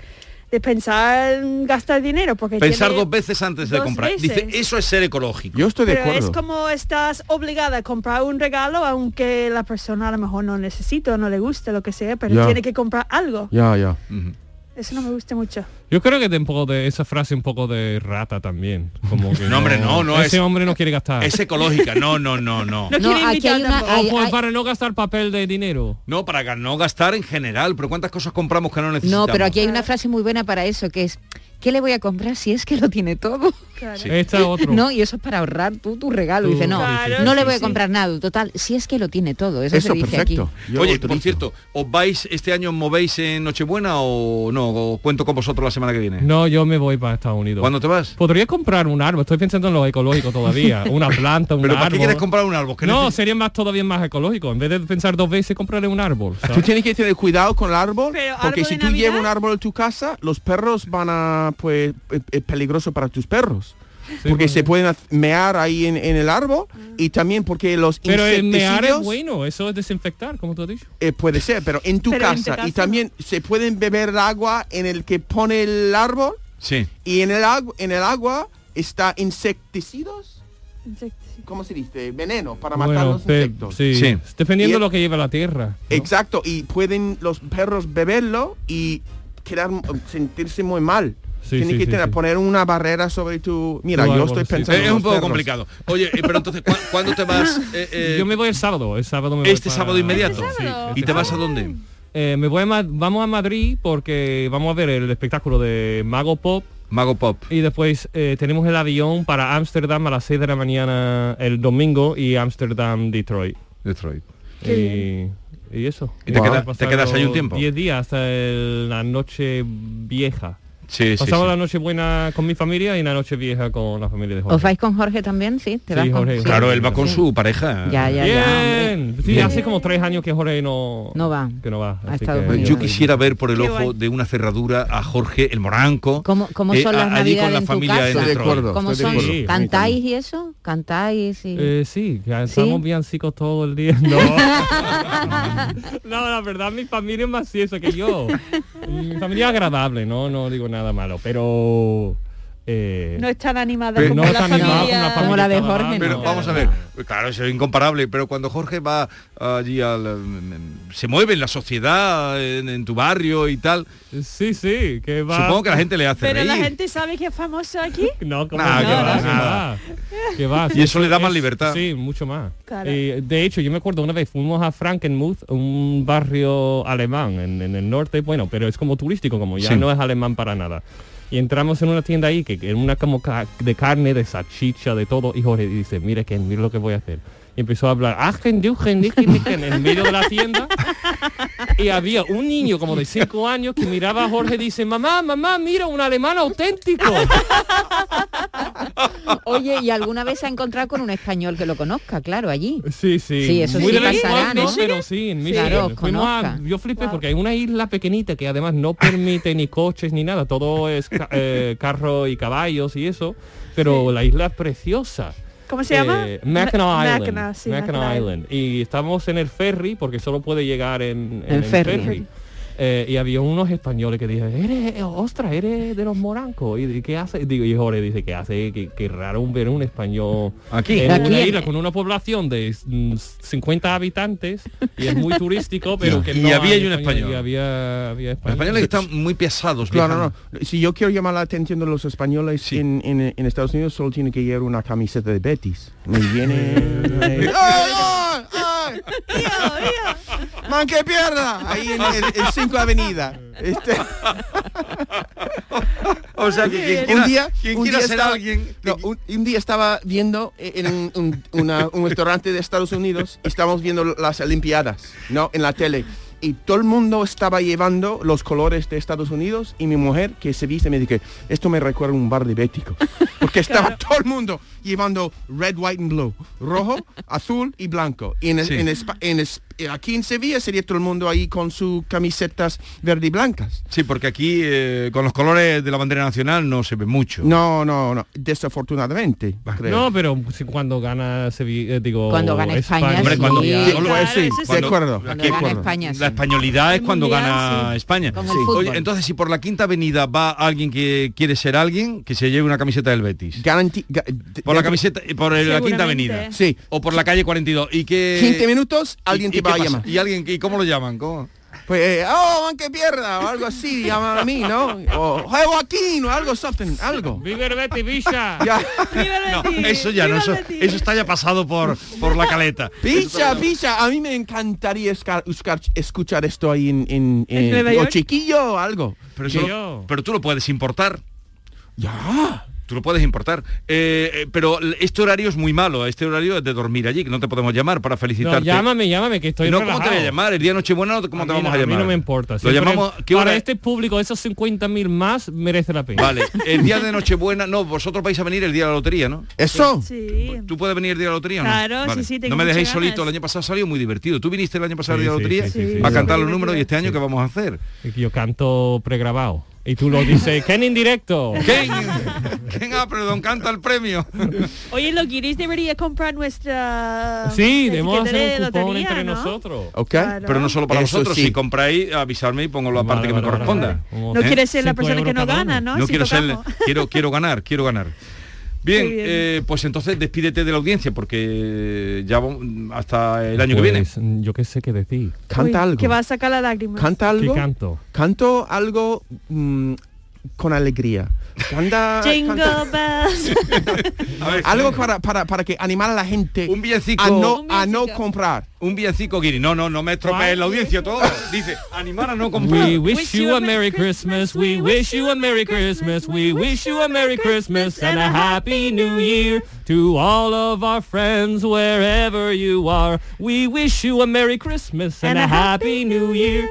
Speaker 5: de pensar en gastar dinero. Porque
Speaker 1: Pensar
Speaker 5: tiene
Speaker 1: dos veces antes de
Speaker 5: dos
Speaker 1: comprar. Dice,
Speaker 5: veces.
Speaker 1: eso es ser ecológico.
Speaker 6: Yo estoy de
Speaker 5: Pero es
Speaker 6: acuerdo.
Speaker 5: como estás obligada a comprar un regalo aunque la persona a lo mejor no necesita, no le guste, lo que sea, pero
Speaker 6: Ya.
Speaker 5: tiene que comprar algo.
Speaker 6: Ya, Ah, ya.
Speaker 1: Ujú.
Speaker 5: Eso no me gusta mucho.
Speaker 2: Yo creo que de un poco de esa frase un poco de rata también. Como que
Speaker 1: No, hombre, no, no
Speaker 2: Ese
Speaker 1: es-
Speaker 2: hombre no quiere gastar.
Speaker 1: Es ecológica. No, no, no, no.
Speaker 5: No,
Speaker 3: No,
Speaker 5: quiere
Speaker 3: aquí
Speaker 5: invitar
Speaker 3: hay una-
Speaker 5: tampoco.
Speaker 3: hay-
Speaker 2: O pues para no gastar papel de dinero.
Speaker 1: No, para ga- no gastar en general, pero ¿cuántas cosas compramos que no
Speaker 3: No,
Speaker 1: necesitamos?
Speaker 3: pero aquí hay una frase muy buena para eso, que es, ¿qué le voy a comprar si es que lo tiene todo?
Speaker 5: Claro.
Speaker 1: Sí.
Speaker 2: Esta otro.
Speaker 3: No, y eso es para ahorrar tú tu regalo.
Speaker 2: Tú-
Speaker 3: Dice, no,
Speaker 5: Claro,
Speaker 3: no le
Speaker 5: sí,
Speaker 3: voy a
Speaker 5: sí.
Speaker 3: comprar nada. Total, si es que lo tiene todo. Eso,
Speaker 6: Eso,
Speaker 3: se dice
Speaker 6: perfecto.
Speaker 3: aquí.
Speaker 6: Yo
Speaker 1: Oye,
Speaker 6: autorizo.
Speaker 1: por cierto, ¿os vais este año, os movéis en Nochebuena o no? ¿O cuento con vosotros la semana que viene?
Speaker 2: No, yo me voy para Estados Unidos.
Speaker 1: ¿Cuándo te vas?
Speaker 2: Podría comprar un árbol, estoy pensando en lo ecológico todavía. Una planta, un
Speaker 1: ¿Pero para
Speaker 2: árbol.
Speaker 1: qué quieres comprar un árbol? ¿Qué
Speaker 2: No,
Speaker 1: neces-
Speaker 2: sería más todavía más ecológico. En vez de pensar dos veces, compraré un árbol. ¿sabes?
Speaker 6: Tú tienes que tener cuidado con el árbol,
Speaker 5: Pero,
Speaker 6: porque
Speaker 5: ¿árbol
Speaker 6: si
Speaker 5: de
Speaker 6: tú
Speaker 5: Navidad?
Speaker 6: llevas un árbol en tu casa, los perros van a, pues, es, es peligroso para tus perros.
Speaker 2: Sí,
Speaker 6: porque
Speaker 2: pues-
Speaker 6: se pueden haz- mear ahí en, en el árbol
Speaker 5: Mm.
Speaker 6: y también porque los
Speaker 2: Pero el mear es
Speaker 6: insecticidios,
Speaker 2: bueno, eso es desinfectar, como tú has dicho.
Speaker 6: eh, puede ser, pero en tu
Speaker 5: Pero en tu
Speaker 6: casa. Y
Speaker 5: casa
Speaker 6: también se pueden beber el agua en el que pone el árbol
Speaker 1: Sí.
Speaker 6: y en el, agu- en el agua está insecticidas,
Speaker 5: Insecticida.
Speaker 6: ¿cómo se dice? Veneno para matar
Speaker 2: Bueno,
Speaker 6: los
Speaker 2: pe-
Speaker 6: insectos.
Speaker 2: sí.
Speaker 1: Sí.
Speaker 2: Dependiendo
Speaker 6: Y-
Speaker 2: de lo que lleva la tierra. ¿no?
Speaker 6: Exacto, y pueden los perros beberlo y quedar sentirse muy mal.
Speaker 2: Sí,
Speaker 6: Tienen
Speaker 2: sí,
Speaker 6: que
Speaker 2: sí,
Speaker 6: tener-
Speaker 2: sí.
Speaker 6: poner una barrera sobre tu... Mira,
Speaker 2: Tu
Speaker 6: yo
Speaker 2: árbol,
Speaker 6: estoy
Speaker 2: sí.
Speaker 6: pensando...
Speaker 1: Eh,
Speaker 6: en
Speaker 1: Es un
Speaker 6: los
Speaker 1: poco
Speaker 6: perros.
Speaker 1: complicado. Oye, eh, pero entonces, ¿cu- ¿cuándo te vas? Eh, eh,
Speaker 2: Yo me voy el sábado, el sábado me voy
Speaker 1: Este
Speaker 2: para-
Speaker 1: sábado inmediato.
Speaker 5: ¿Este sábado?
Speaker 1: ¿Y
Speaker 2: este
Speaker 1: te vas a
Speaker 2: sábado.
Speaker 1: dónde?
Speaker 2: Eh, me voy a Ma- vamos a Madrid porque vamos a ver el espectáculo de Mago Pop
Speaker 1: Mago Pop.
Speaker 2: y después eh, tenemos el avión para Ámsterdam a las 6 de la mañana el domingo y Ámsterdam Detroit.
Speaker 1: Detroit.
Speaker 2: Y, y eso.
Speaker 1: ¿Y te
Speaker 2: Wow.
Speaker 1: queda- te quedas ahí un tiempo?
Speaker 2: 10 días hasta el- la noche vieja.
Speaker 1: Sí, sí,
Speaker 2: Pasamos
Speaker 1: sí.
Speaker 2: la noche buena con mi familia y la noche vieja con la familia de Jorge.
Speaker 3: ¿Os vais con Jorge también? Sí, te
Speaker 2: Sí,
Speaker 3: vas con
Speaker 2: Jorge.
Speaker 1: Claro, él va con
Speaker 3: Sí.
Speaker 1: su pareja.
Speaker 3: Ya, ya, ya. hombre.
Speaker 2: Bien. Sí,
Speaker 1: Bien.
Speaker 2: hace como tres años que Jorge no,
Speaker 3: No va.
Speaker 2: Que no va.
Speaker 3: Ha
Speaker 2: así
Speaker 3: estado
Speaker 2: que-
Speaker 3: con ellos.
Speaker 1: Yo quisiera ver por el
Speaker 5: Qué
Speaker 1: ojo
Speaker 5: guay.
Speaker 1: de una cerradura a Jorge el Moranco.
Speaker 3: ¿Cómo, cómo
Speaker 1: eh,
Speaker 3: son
Speaker 1: a-
Speaker 3: las
Speaker 1: allí
Speaker 3: navidades
Speaker 1: con la
Speaker 3: en tu
Speaker 1: familia en
Speaker 3: casa?
Speaker 6: Estoy de
Speaker 1: Detroit.
Speaker 6: acuerdo,
Speaker 3: ¿Cómo
Speaker 6: estoy de
Speaker 3: son?
Speaker 2: acuerdo.
Speaker 3: ¿Cantáis y eso? ¿Cantáis y...?
Speaker 2: Eh, sí, cantamos
Speaker 3: ¿Sí?
Speaker 2: villancicos todo el día. No. no, la verdad mi familia es más eso que yo. Mi familia es agradable, no, no digo nada malo, pero eh,
Speaker 5: No están animadas
Speaker 2: Pero
Speaker 5: como
Speaker 2: no
Speaker 5: la
Speaker 2: tan animada
Speaker 5: familia.
Speaker 2: como la
Speaker 3: Como
Speaker 2: familia
Speaker 3: la de
Speaker 2: estaba
Speaker 3: Jorge,
Speaker 2: mal,
Speaker 1: Pero
Speaker 3: No.
Speaker 1: vamos a ver, claro, eso es incomparable, pero cuando Jorge va allí al... em, Se mueve en la sociedad, en, en tu barrio y tal,
Speaker 2: Sí, sí, que va.
Speaker 1: supongo que la gente le
Speaker 2: Ah,
Speaker 1: hace
Speaker 5: Pero la
Speaker 1: reír.
Speaker 5: gente sabe que es famoso aquí.
Speaker 2: No, como
Speaker 1: Nah,
Speaker 2: que
Speaker 1: que va,
Speaker 2: va, que
Speaker 1: nada.
Speaker 2: va, que va.
Speaker 1: Y eso le da más libertad.
Speaker 2: Sí, mucho más.
Speaker 5: Claro.
Speaker 2: Eh, de hecho, yo me acuerdo una vez fuimos a Frankenmuth, un barrio alemán en, en el norte, bueno, pero es como turístico, como ya
Speaker 1: Sí.
Speaker 2: no es alemán para nada. Y entramos en una tienda ahí, que era una como ca- de carne, de salchicha, de todo, y Jorge dice, mira que mira lo que voy a hacer. Y empezó a hablar, "Ah, "Achen, duchen, dichen, dichen", en el medio de la tienda. Y había un niño como de 5 años que miraba a Jorge y dice, mamá, mamá, mira, un alemán auténtico.
Speaker 3: Oh, Oye, ¿y alguna vez se ha encontrado con un español que lo conozca? Claro, allí.
Speaker 2: Sí, sí.
Speaker 3: Sí, eso
Speaker 2: Muy
Speaker 3: sí
Speaker 2: de vez en
Speaker 3: pasará,
Speaker 2: cuando,
Speaker 3: ¿no?
Speaker 2: Pero sí, en
Speaker 3: Claro,
Speaker 2: Michigan. Fuimos a-
Speaker 3: conozca.
Speaker 2: yo flipé porque hay una isla pequeñita que además no permite ni coches ni nada, todo es ca- eh, carro y caballos y eso, pero la isla es preciosa.
Speaker 5: ¿Cómo se llama?
Speaker 2: Eh, Mackinac
Speaker 5: Ma-
Speaker 2: Island.
Speaker 5: Mackinac, sí,
Speaker 2: Mackinac
Speaker 5: Mackinac
Speaker 2: Island. Y estamos en el ferry porque solo puede llegar en,
Speaker 3: En
Speaker 2: en el
Speaker 3: ferry.
Speaker 2: ferry. Eh, y había unos españoles que dijeron, eres, eh, ostras, eres de los morancos. ¿Y de- qué hace? Digo, y Jorge dice, ¿qué hace? Qué, qué raro ver un español
Speaker 1: Aquí.
Speaker 2: en
Speaker 3: Aquí
Speaker 2: una
Speaker 3: en-
Speaker 2: isla con una población de mm, 50 habitantes y es muy turístico, pero que
Speaker 1: Y
Speaker 2: no
Speaker 1: había
Speaker 2: hay
Speaker 1: y un español.
Speaker 2: Y había, había
Speaker 1: Los españoles
Speaker 2: españoles.
Speaker 1: están muy pesados.
Speaker 6: Claro,
Speaker 1: viajan.
Speaker 6: no, no. Si yo quiero llamar la atención de los españoles
Speaker 1: Sí.
Speaker 6: en, en- en Estados Unidos, solo tiene que llevar una camiseta de Betis. Me viene... ¡Ay, ay, ay! ¡Man, que pierda! Ahí en el- en 5 Avenida. Este...
Speaker 1: O sea, que quien quiera,
Speaker 6: un día,
Speaker 1: quien
Speaker 6: un
Speaker 1: quiera
Speaker 6: día
Speaker 1: ser
Speaker 6: estaba,
Speaker 1: alguien...
Speaker 6: no, un, un día estaba viendo en un, un- una- un restaurante de Estados Unidos, estábamos viendo las Olimpiadas, ¿no? En la tele. Y todo el mundo estaba llevando los colores de Estados Unidos y mi mujer que se viste me dice, esto me recuerda a un bar de Bético. Porque estaba todo el mundo llevando red, white and blue, rojo, azul y blanco. Y en,
Speaker 1: Sí.
Speaker 6: en Espa- en es- eh, aquí en Sevilla sería todo el mundo ahí con sus camisetas verde y blancas.
Speaker 1: Sí, porque aquí eh, con los colores de la bandera nacional no se ve mucho.
Speaker 6: No, no, no, desafortunadamente. creo.
Speaker 2: No, pero si- cuando gana Sevilla, eh, digo,
Speaker 3: Cuando gana España,
Speaker 1: Hombre,
Speaker 3: sí.
Speaker 1: cuando,
Speaker 3: Sí,
Speaker 1: yo lo voy a
Speaker 5: claro,
Speaker 1: decir,
Speaker 5: eso sí.
Speaker 1: cuando-
Speaker 6: De acuerdo.
Speaker 1: aquí
Speaker 3: Cuando
Speaker 1: es
Speaker 3: gana
Speaker 1: cuando-
Speaker 3: España, sí.
Speaker 1: La españolidad es
Speaker 5: El
Speaker 1: cuando
Speaker 5: mundial,
Speaker 1: gana
Speaker 5: sí.
Speaker 1: España.
Speaker 3: Con el fútbol.
Speaker 1: Oye, entonces si por la quinta avenida va alguien que quiere ser alguien, que se lleve una camiseta del Betis.
Speaker 6: Garanti- ga- de-
Speaker 1: Por la
Speaker 6: de-
Speaker 1: camiseta, eh, por el- la quinta
Speaker 5: Seguramente.
Speaker 1: avenida.
Speaker 6: Sí.
Speaker 1: O por la calle 42. Y que.
Speaker 6: 15 minutos, alguien
Speaker 1: y-
Speaker 6: te
Speaker 1: y qué
Speaker 6: va a
Speaker 1: pasa?
Speaker 6: llamar.
Speaker 1: ¿Y alguien? ¿Y cómo lo llaman? ¿Cómo?
Speaker 6: Pues, eh, oh, man, que pierda, o algo así, llaman a mí, ¿no? O, hey, Joaquín, o algo, something, algo.
Speaker 2: Vive el Betis, Villa.
Speaker 6: Ya.
Speaker 5: ¡Viva el
Speaker 1: No,
Speaker 5: Betis!
Speaker 1: eso ya no,
Speaker 5: ¡Viva
Speaker 1: eso,
Speaker 5: el Betis!
Speaker 1: eso está ya pasado por, por la caleta.
Speaker 6: Picha, picha, a mí me encantaría esca- buscar- escuchar esto ahí en, en, en-
Speaker 5: ¿En Nueva
Speaker 6: o
Speaker 5: York?
Speaker 6: chiquillo o algo.
Speaker 1: Pero, eso lo-
Speaker 2: Yo.
Speaker 1: pero tú lo puedes importar.
Speaker 6: Ya.
Speaker 1: Tú lo puedes importar. Eh, eh, pero este horario es muy malo. Este horario es de dormir allí, que no te podemos llamar para
Speaker 2: No,
Speaker 1: felicitarte.
Speaker 2: llámame, llámame, que estoy
Speaker 1: no,
Speaker 2: relajado.
Speaker 1: ¿cómo te voy a llamar? El día Nochebuena, ¿cómo
Speaker 2: A
Speaker 1: te
Speaker 2: mí
Speaker 1: vamos
Speaker 2: no-
Speaker 1: a llamar?
Speaker 2: mí no me importa.
Speaker 1: Lo
Speaker 2: siempre-
Speaker 1: llamamos... ¿qué
Speaker 2: para
Speaker 1: hora es?
Speaker 2: este público, esos 50.000 más merece la pena.
Speaker 1: Vale, el día de Nochebuena... No, vosotros vais a venir el día de la lotería, ¿no?
Speaker 6: Eso.
Speaker 5: Sí.
Speaker 1: ¿Tú puedes venir el día de la lotería o no?
Speaker 5: Claro,
Speaker 1: Vale.
Speaker 5: sí, sí, tengo
Speaker 1: No me
Speaker 5: muchas
Speaker 1: dejéis
Speaker 5: ganas.
Speaker 1: solito, el año pasado salió muy divertido. Tú viniste el año pasado
Speaker 2: Sí,
Speaker 1: el día de la
Speaker 2: sí,
Speaker 1: lotería
Speaker 2: sí,
Speaker 5: sí,
Speaker 1: a
Speaker 5: sí.
Speaker 1: cantar
Speaker 5: Sí.
Speaker 1: los números y este año ¿qué vamos a hacer?
Speaker 2: Es que Yo canto pregrabado. Y tú lo dices, que en indirecto.
Speaker 1: ¿Quién? ¿Quién ha ah, perdón canta el premio?
Speaker 5: Oye, lo Guiris debería comprar nuestra...
Speaker 2: Sí,
Speaker 5: etiqueta
Speaker 2: debemos hacer
Speaker 5: de
Speaker 2: un cupón
Speaker 5: lotería,
Speaker 2: entre
Speaker 5: ¿no?
Speaker 2: nosotros.
Speaker 6: Ok.
Speaker 5: Claro.
Speaker 1: Pero no solo para
Speaker 6: Eso
Speaker 1: vosotros,
Speaker 6: sí.
Speaker 1: si compráis, avisarme y pongo la parte
Speaker 2: Vale,
Speaker 1: que me
Speaker 2: vale, vale,
Speaker 1: corresponda.
Speaker 2: vale. Como-
Speaker 5: No
Speaker 1: ¿Eh?
Speaker 5: quieres ser la
Speaker 2: Cinco
Speaker 5: persona que no
Speaker 2: euros cada
Speaker 5: gana,
Speaker 2: uno.
Speaker 5: ¿no?
Speaker 1: No
Speaker 5: Si
Speaker 1: quiero ser,
Speaker 5: tocamos.
Speaker 1: quiero, quiero ganar, quiero ganar. Bien,
Speaker 5: Muy bien.
Speaker 1: eh, pues entonces despídete de la audiencia porque ya vam- hasta el año que viene.
Speaker 2: Pues, mm, Yo qué sé qué decir.
Speaker 6: Canta
Speaker 5: Uy,
Speaker 6: algo.
Speaker 5: Que va a sacar la lágrima.
Speaker 6: Canta
Speaker 2: ¿Qué
Speaker 6: algo.
Speaker 2: canto?
Speaker 6: Canto algo mm, con alegría. Canta,
Speaker 2: Ah,
Speaker 5: Jingle
Speaker 6: canta-
Speaker 5: bells.
Speaker 1: A ver,
Speaker 6: algo para, para, para que animar a la gente
Speaker 1: un villancico,
Speaker 6: a no,
Speaker 5: Un
Speaker 6: a no
Speaker 5: villancico.
Speaker 6: comprar.
Speaker 1: un villancico guiri. No, no, no me estropees la audiencia todo. Dice, animar a no comprar.
Speaker 2: We wish you a Merry Christmas, we wish you a Merry Christmas, we wish you a Merry Christmas and a Happy New Year to all of our friends wherever you are. We wish you a Merry Christmas and a Happy New Year.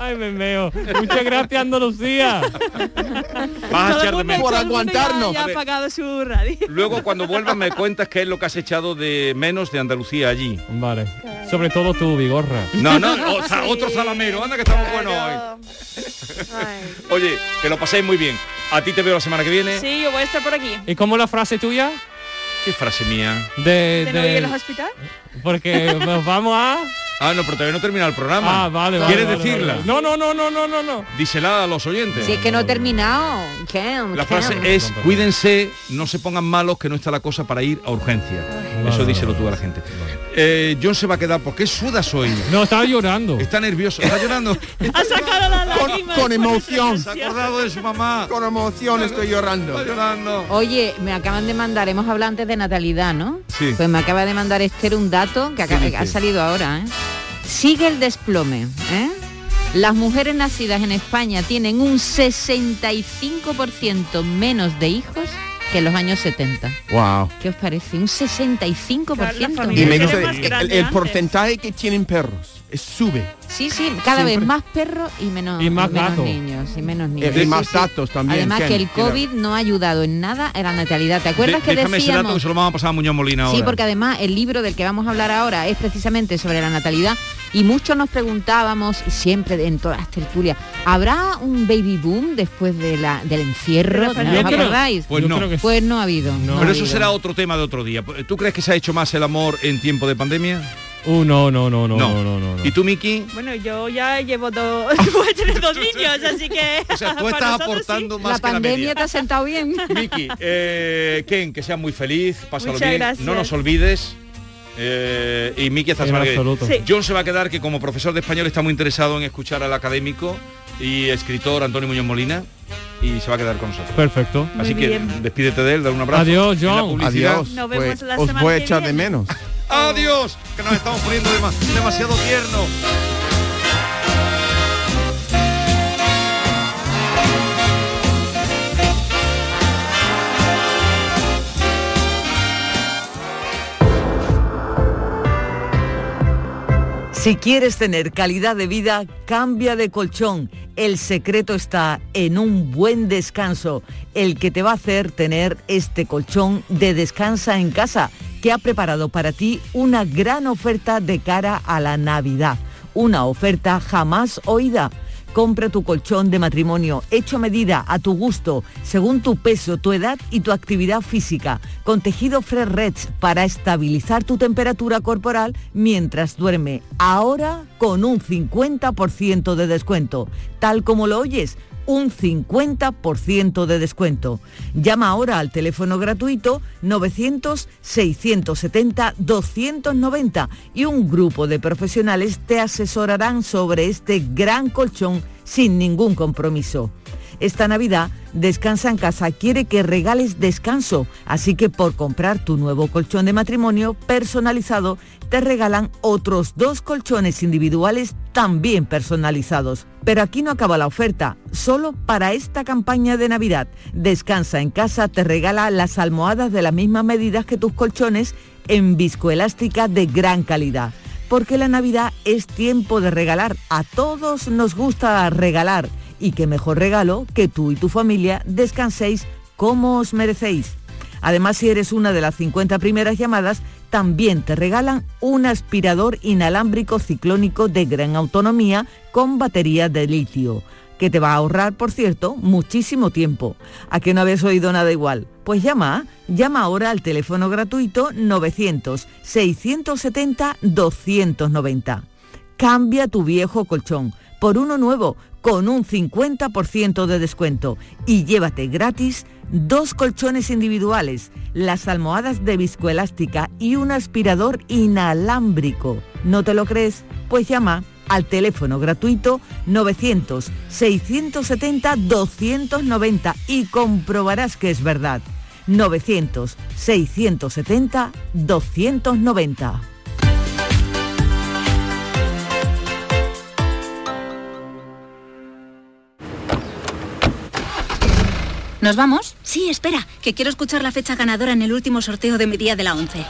Speaker 2: Ay, me meo. Muchas gracias, Andalucía.
Speaker 1: Vas a
Speaker 5: Todo el
Speaker 1: echar de
Speaker 5: mundo-
Speaker 1: menos.
Speaker 5: todo
Speaker 6: Por
Speaker 5: el mundo ya-
Speaker 6: aguantarnos.
Speaker 5: Ya
Speaker 1: A
Speaker 5: ha
Speaker 1: ver.
Speaker 5: apagado su radio.
Speaker 1: Luego cuando vuelvas me cuentas qué es lo que has echado de menos de Andalucía allí.
Speaker 2: Vale. Sobre todo tú, Vigorra.
Speaker 1: No, no, o sea, otro salamero, anda que estamos buenos hoy.
Speaker 5: Claro. Ay.
Speaker 1: Oye, que lo paséis muy bien. A ti te veo la semana que viene.
Speaker 5: Sí, yo voy a estar por aquí.
Speaker 2: ¿Y cómo es la frase tuya?
Speaker 1: Qué frase mía.
Speaker 2: De,
Speaker 5: ¿Te no ir al
Speaker 2: de-
Speaker 5: hospital?
Speaker 2: porque nos vamos a
Speaker 1: Ah, no, pero todavía no termina el programa.
Speaker 2: Ah, vale, vale.
Speaker 1: ¿Quieres
Speaker 2: vale, vale.
Speaker 1: decirla?
Speaker 2: No, no, no, no, no, no, no.
Speaker 1: Dísela a los oyentes.
Speaker 3: Si es que no he terminado. ¿Qué?
Speaker 1: La
Speaker 3: ¿Qué?
Speaker 1: frase es,
Speaker 2: No, perdón.
Speaker 1: cuídense, no se pongan malos, que no está la cosa para ir a urgencia. Eso
Speaker 2: Vale,
Speaker 1: díselo
Speaker 2: vale.
Speaker 1: tú a la gente. Eh, John se va a quedar, porque sudas hoy?
Speaker 2: No, estaba llorando.
Speaker 1: Está nervioso, está llorando.
Speaker 5: Ha sacado la lágrima.
Speaker 6: con emoción.
Speaker 1: Se ha acordado de su mamá.
Speaker 6: Con emoción estoy llorando.
Speaker 1: Está llorando.
Speaker 3: Oye, me acaban de mandar, hemos hablado antes de natalidad, ¿no?
Speaker 1: Sí.
Speaker 3: Pues me acaba de mandar Esther un dato que acaba-
Speaker 1: ¿Qué dice?
Speaker 3: ha salido ahora, ¿eh? Sigue el desplome, ¿eh? Las mujeres nacidas en España tienen un 65% menos de hijos que en los años 70.
Speaker 6: Wow.
Speaker 3: ¿Qué os parece? Un 65%.
Speaker 5: Claro, la
Speaker 6: Y
Speaker 5: familia.
Speaker 6: me
Speaker 5: Era
Speaker 6: gusta
Speaker 5: más
Speaker 6: el- el,
Speaker 5: grande antes.
Speaker 6: porcentaje que tienen perros. es- sube.
Speaker 3: Sí, sí, cada
Speaker 6: Siempre.
Speaker 3: vez más perros y menos,
Speaker 2: Y más
Speaker 3: menos
Speaker 2: gatos.
Speaker 3: niños. Y menos
Speaker 6: Eh,
Speaker 3: niños.
Speaker 6: Y
Speaker 3: Sí,
Speaker 6: más
Speaker 3: sí.
Speaker 6: datos también.
Speaker 3: Además
Speaker 6: Ken,
Speaker 3: que el
Speaker 6: cuidado.
Speaker 3: COVID no ha ayudado en nada a la natalidad. ¿Te acuerdas
Speaker 1: De-
Speaker 3: que
Speaker 1: déjame ese dato que
Speaker 3: decíamos?
Speaker 1: se lo vamos a pasar a Muñoz Molina ahora.
Speaker 3: Sí, porque además el libro del que vamos a hablar ahora es precisamente sobre la natalidad y muchos nos preguntábamos, siempre en todas las tertulias, ¿habrá un baby boom después de la, del encierro?
Speaker 5: Pero
Speaker 3: ¿No
Speaker 5: yo
Speaker 3: os
Speaker 5: creo-
Speaker 3: acordáis?
Speaker 1: Pues
Speaker 2: Yo
Speaker 1: no.
Speaker 2: creo que sí.
Speaker 3: Pues no ha habido. no ha
Speaker 1: Pero eso
Speaker 3: habido.
Speaker 1: será otro tema de otro día. ¿Tú crees que se ha hecho más el amor en tiempo de pandemia?
Speaker 2: Uh, no, no, no, no, no, no, no.
Speaker 1: ¿Y tú, Miki?
Speaker 5: Bueno, yo ya llevo dos, voy a tener dos niños, así que...
Speaker 1: O sea, tú
Speaker 5: para
Speaker 1: estás
Speaker 5: nosotros sí.
Speaker 1: aportando más
Speaker 3: La
Speaker 1: que la
Speaker 3: pandemia
Speaker 1: media.
Speaker 3: te ha sentado bien.
Speaker 1: Miki, eh, Ken, que seas muy feliz, pásalo
Speaker 5: Muchas
Speaker 1: bien,
Speaker 5: gracias.
Speaker 1: no nos olvides. eh, y Miki esta
Speaker 2: En
Speaker 1: semana que viene.
Speaker 2: absoluto.
Speaker 5: Sí.
Speaker 1: John se va a quedar que como profesor de español está muy interesado en escuchar al académico y escritor Antonio Muñoz Molina y se va a quedar con nosotros.
Speaker 2: Perfecto.
Speaker 5: Muy
Speaker 1: Así que
Speaker 5: bien.
Speaker 1: despídete de él, dale un abrazo.
Speaker 2: Adiós,
Speaker 1: En la
Speaker 2: John.
Speaker 1: publicidad.
Speaker 6: Adiós.
Speaker 5: Nos vemos
Speaker 6: pues,
Speaker 5: la
Speaker 6: os
Speaker 5: semana
Speaker 6: voy a
Speaker 5: que
Speaker 6: echar de
Speaker 5: viene.
Speaker 6: menos.
Speaker 1: Adiós, que nos estamos poniendo dema- demasiado tiernos.
Speaker 8: Si quieres tener calidad de vida, cambia de colchón. El secreto está en un buen descanso, el que te va a hacer tener este colchón de descansa en casa, que ha preparado para ti una gran oferta de cara a la Navidad. Una oferta jamás oída. Compra tu colchón de matrimonio hecho a medida, a tu gusto, según tu peso, tu edad y tu actividad física, con tejido Fresh Reds para estabilizar tu temperatura corporal mientras duerme. Ahora con un 50% de descuento. Tal como lo oyes, un 50% de descuento. Llama ahora al teléfono gratuito 900-670-290 y un grupo de profesionales te asesorarán sobre este gran colchón sin ningún compromiso. Esta Navidad, Descansa en Casa quiere que regales descanso, así que por comprar tu nuevo colchón de matrimonio personalizado, te regalan otros dos colchones individuales también personalizados. Pero aquí no acaba la oferta, solo para esta campaña de Navidad. Descansa en Casa te regala las almohadas de las mismas medidas que tus colchones en viscoelástica de gran calidad. Porque la Navidad es tiempo de regalar, a todos nos gusta regalar y qué mejor regalo que tú y tu familia descanséis como os merecéis. Además, si eres una de las 50 primeras llamadas, también te regalan un aspirador inalámbrico ciclónico de gran autonomía con batería de litio, que te va a ahorrar, por cierto, muchísimo tiempo. ¿A que no habéis oído nada igual? Pues llama, llama ahora al teléfono gratuito 900-670-290. Cambia tu viejo colchón por uno nuevo con un 50% de descuento y llévate gratis dos colchones individuales, las almohadas de viscoelástica y un aspirador inalámbrico. ¿No te lo crees? Pues llama al teléfono gratuito 900-670-290 y comprobarás que es verdad. 900-670-290.
Speaker 9: ¿Nos vamos? Sí, espera, que quiero escuchar la fecha ganadora en el último sorteo de mi día de la 11.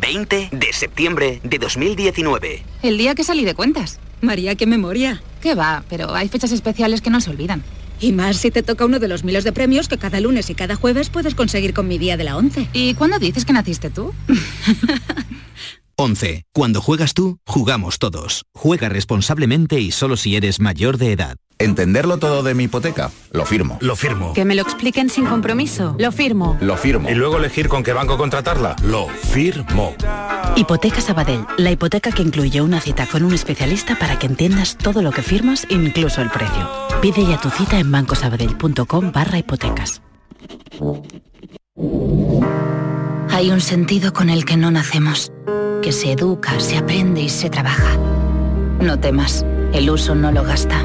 Speaker 10: 20 de septiembre de 2019.
Speaker 9: El día que salí de cuentas. María, qué memoria. Qué va, pero hay fechas especiales que no se olvidan. Y más si te toca uno de los miles de premios que cada lunes y cada jueves puedes conseguir con mi día de la 11. ¿Y cuándo dices que naciste tú?
Speaker 10: 11. Cuando juegas tú, jugamos todos. Juega responsablemente y solo si eres mayor de edad.
Speaker 11: Entenderlo todo de mi hipoteca. Lo firmo.
Speaker 10: Lo firmo.
Speaker 12: Que me lo expliquen sin compromiso. Lo firmo.
Speaker 11: Lo firmo.
Speaker 13: Y luego elegir con qué banco contratarla. Lo firmo.
Speaker 14: Hipoteca Sabadell, la hipoteca que incluye una cita con un especialista para que entiendas todo lo que firmas, incluso el precio. Pide ya tu cita en bancosabadell.com barra hipotecas.
Speaker 9: Hay un sentido con el que no nacemos, que se educa, se aprende y se trabaja. No temas, el uso no lo gasta.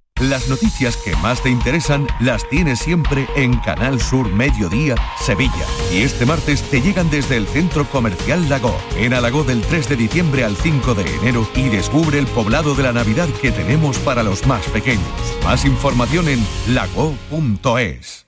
Speaker 1: Las noticias que más te interesan las tienes siempre en Canal Sur Mediodía, Sevilla. Y este martes te llegan desde el Centro Comercial Lago, en Alagó del 3 de diciembre al 5 de enero y descubre el poblado de la Navidad que tenemos para los más pequeños. Más información en lago.es.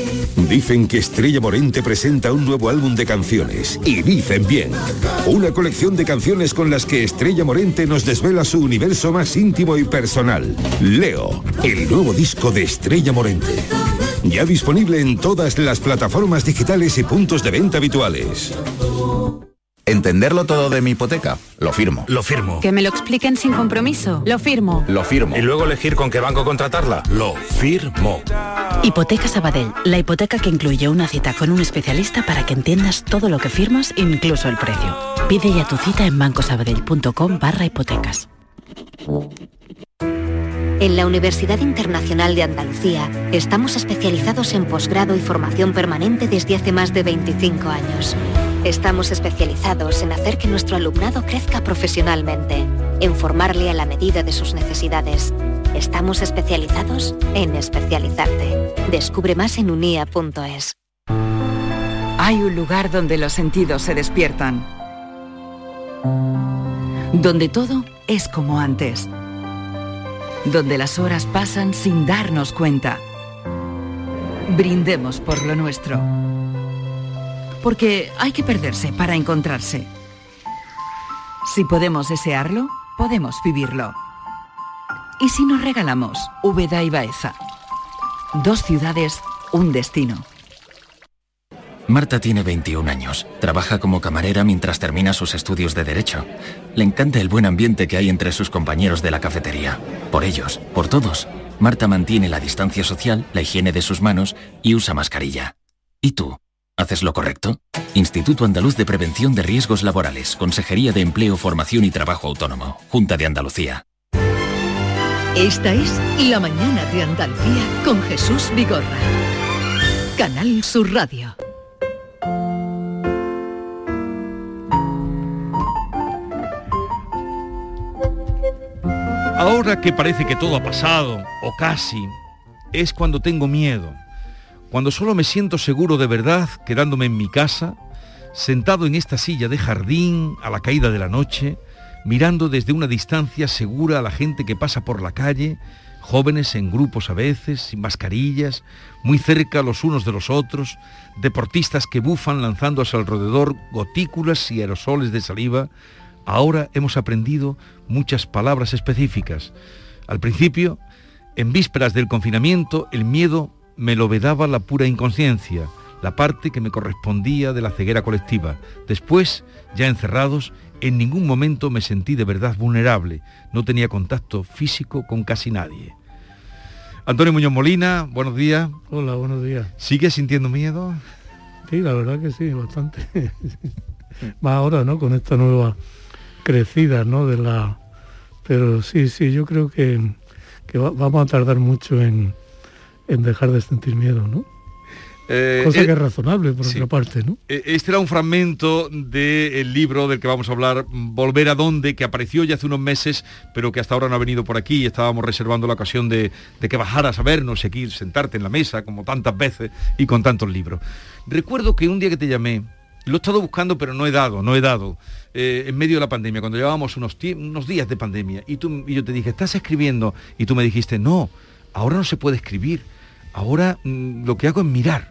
Speaker 15: Dicen que Estrella Morente presenta un nuevo álbum de canciones. Y dicen bien. Una colección de canciones con las que Estrella Morente nos desvela su universo más íntimo y personal. Leo, el nuevo disco de Estrella Morente.
Speaker 16: Ya disponible en todas las plataformas digitales y puntos de venta habituales.
Speaker 17: Entenderlo todo de mi hipoteca. Lo firmo. Lo firmo.
Speaker 18: Que me lo expliquen sin compromiso. Lo firmo.
Speaker 17: Lo firmo.
Speaker 19: Y luego elegir con qué banco contratarla. Lo firmo.
Speaker 14: Hipoteca Sabadell, la hipoteca que incluye una cita con un especialista para que entiendas todo lo que firmas, incluso el precio. Pide ya tu cita en bancosabadell.com barra hipotecas.
Speaker 20: En la Universidad Internacional de Andalucía estamos especializados en posgrado y formación permanente desde hace más de 25 años. Estamos especializados en hacer que nuestro alumnado crezca profesionalmente, en formarle a la medida de sus necesidades. Estamos especializados en especializarte. Descubre más en unia.es.
Speaker 21: Hay un lugar donde los sentidos se despiertan. Donde todo es como antes. Donde las horas pasan sin darnos cuenta. Brindemos por lo nuestro. Porque hay que perderse para encontrarse. Si podemos desearlo, podemos vivirlo. Y si nos regalamos Úbeda y Baeza. Dos ciudades, un destino.
Speaker 22: Marta tiene 21 años. Trabaja como camarera mientras termina sus estudios de Derecho. Le encanta el buen ambiente que hay entre sus compañeros de la cafetería. Por ellos, por todos, Marta mantiene la distancia social, la higiene de sus manos y usa mascarilla. ¿Y tú? ¿Haces lo correcto? Instituto Andaluz de Prevención de Riesgos Laborales, Consejería de Empleo, Formación y Trabajo Autónomo, Junta de Andalucía.
Speaker 23: Esta es La Mañana de Andalucía con Jesús Vigorra. Canal Sur Radio.
Speaker 1: Ahora que parece que todo ha pasado, o casi, es cuando tengo miedo. Cuando solo me siento seguro de verdad quedándome en mi casa, sentado en esta silla de jardín a la caída de la noche, mirando desde una distancia segura a la gente que pasa por la calle, jóvenes en grupos a veces, sin mascarillas, muy cerca los unos de los otros, deportistas que bufan lanzando a su alrededor gotículas y aerosoles de saliva, ahora hemos aprendido muchas palabras específicas. Al principio, en vísperas del confinamiento, el miedo me lo vedaba la pura inconsciencia, la parte que me correspondía de la ceguera colectiva. Después, ya encerrados, en ningún momento me sentí de verdad vulnerable. No tenía contacto físico con casi nadie. Antonio Muñoz Molina, buenos días.
Speaker 24: Hola, buenos días.
Speaker 1: ¿Sigues sintiendo miedo?
Speaker 24: Sí, la verdad que sí, bastante. Más ahora, ¿no? Con esta nueva crecida, ¿no? De la... Pero sí, sí, yo creo que, que va- vamos a tardar mucho en, en dejar de sentir miedo, ¿no?
Speaker 1: Eh,
Speaker 24: Cosa
Speaker 1: eh,
Speaker 24: que es razonable, por
Speaker 1: sí.
Speaker 24: otra parte, ¿no?
Speaker 1: Eh, Este era un fragmento del libro del que vamos a hablar, Volver a dónde, que apareció ya hace unos meses, pero que hasta ahora no ha venido por aquí y estábamos reservando la ocasión de, de que bajaras a vernos y aquí sentarte en la mesa, como tantas veces y con tantos libros. Recuerdo que un día que te llamé, lo he estado buscando pero no he dado, no he dado, eh, en medio de la pandemia, cuando llevábamos unos, tie- unos días de pandemia, y, tú, y yo te dije, ¿estás escribiendo? Y tú me dijiste, no, ahora no se puede escribir, ahora mm, lo que hago es mirar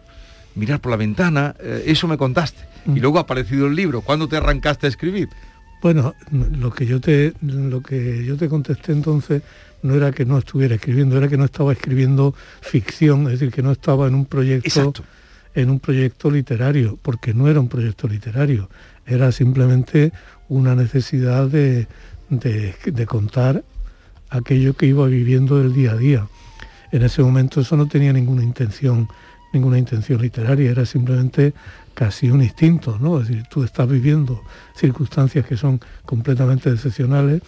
Speaker 1: mirar por la ventana, eh, eso me contaste.
Speaker 24: Mm.
Speaker 1: Y luego ha aparecido el libro. ¿Cuándo te arrancaste a escribir?
Speaker 24: Bueno, lo que yo te lo que yo te contesté entonces no era que no estuviera escribiendo, era que no estaba escribiendo ficción, es decir, que no estaba en un proyecto en un proyecto literario, porque no era un proyecto literario, era simplemente una necesidad de, de- de contar aquello que iba viviendo del día a día. En ese momento eso no tenía ninguna intención, ninguna intención literaria, era simplemente casi un instinto, ¿no? Es decir, tú estás viviendo circunstancias que son completamente excepcionales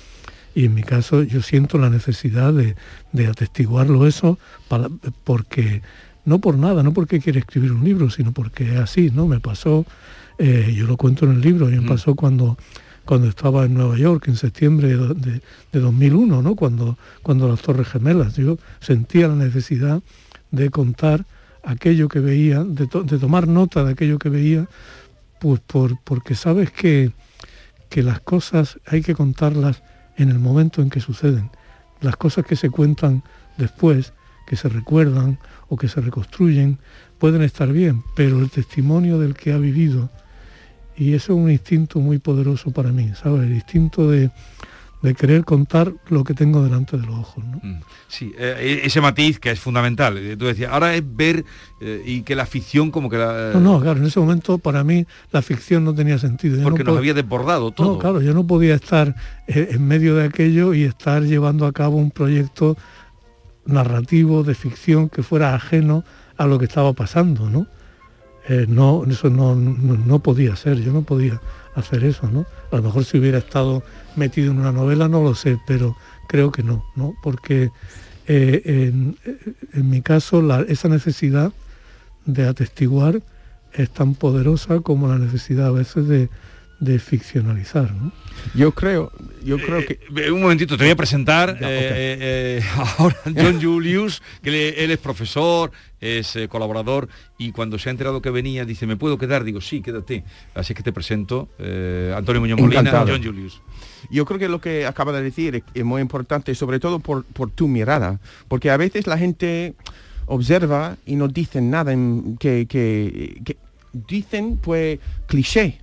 Speaker 24: y en mi caso yo siento la necesidad de, de atestiguarlo eso para- porque no por nada, no porque quiera escribir un libro, sino porque es así, ¿no? Me pasó, eh, yo lo cuento en el libro, y me pasó cuando, cuando estaba en Nueva York en septiembre de, do- de- de 2001, ¿no? Cuando, cuando las Torres Gemelas, yo sentía la necesidad de contar aquello que veía, de, to- de tomar nota de aquello que veía, pues por, porque sabes que, que las cosas hay que contarlas en el momento en que suceden. Las cosas que se cuentan después, que se recuerdan o que se reconstruyen, pueden estar bien, pero el testimonio del que ha vivido, y eso es un instinto muy poderoso para mí, ¿sabes? El instinto de, de querer contar lo que tengo delante de los ojos. ¿no?
Speaker 1: Sí, eh, ese matiz que es fundamental. Eh, Tú decías, ahora es ver eh, y que la ficción como que la... eh,
Speaker 24: No, no, claro, en ese momento para mí la ficción no tenía sentido. Yo
Speaker 1: porque
Speaker 24: no
Speaker 1: nos
Speaker 24: po-
Speaker 1: había desbordado todo.
Speaker 24: No, claro, yo no podía estar eh, en medio de aquello y estar llevando a cabo un proyecto narrativo de ficción que fuera ajeno a lo que estaba pasando, ¿no? Eh, no, eso no, no, no podía ser, yo no podía hacer eso, ¿no? A lo mejor si hubiera estado metido en una novela, no lo sé, pero creo que no, ¿no? Porque eh, en, en mi caso la- esa necesidad de atestiguar es tan poderosa como la necesidad a veces de, de ficcionalizar, ¿no?
Speaker 6: Yo creo, yo creo que...
Speaker 1: Eh, Un momentito, te voy a presentar eh, eh, eh, ahora a John Julius, que le- él es profesor, es eh, colaborador, y cuando se ha enterado que venía, dice, ¿me puedo quedar? Digo, sí, quédate. Así que te presento eh, Antonio Muñoz Molina,
Speaker 6: Encantado.
Speaker 1: John Julius.
Speaker 6: Yo creo que lo que acaba de decir es- es muy importante, sobre todo por, por tu mirada, porque a veces la gente observa y no dicen nada en- que, que- que dicen pues cliché.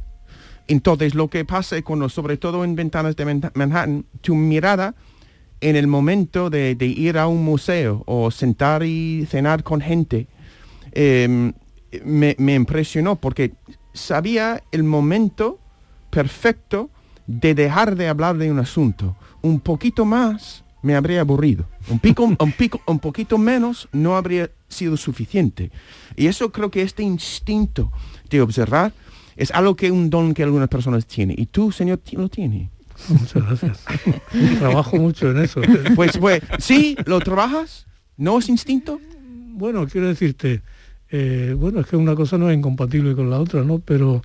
Speaker 6: Entonces lo que pasa con los- sobre todo en Ventanas de Manta- Manhattan, tu mirada en el momento de, de ir a un museo o sentar y cenar con gente, eh, me, me impresionó porque sabía el momento perfecto de dejar de hablar de un asunto. Un poquito más me habría aburrido. Un, pico, un, pico, un poquito menos no habría sido suficiente. Y eso creo que este instinto de observar es algo que un don que algunas personas tienen. Y tú, señor, ti- lo tienes.
Speaker 24: Muchas gracias. Trabajo mucho en eso.
Speaker 6: Pues, pues, sí, lo trabajas, no es instinto.
Speaker 24: Bueno, quiero decirte, eh, bueno, es que una cosa no es incompatible con la otra, ¿no? Pero,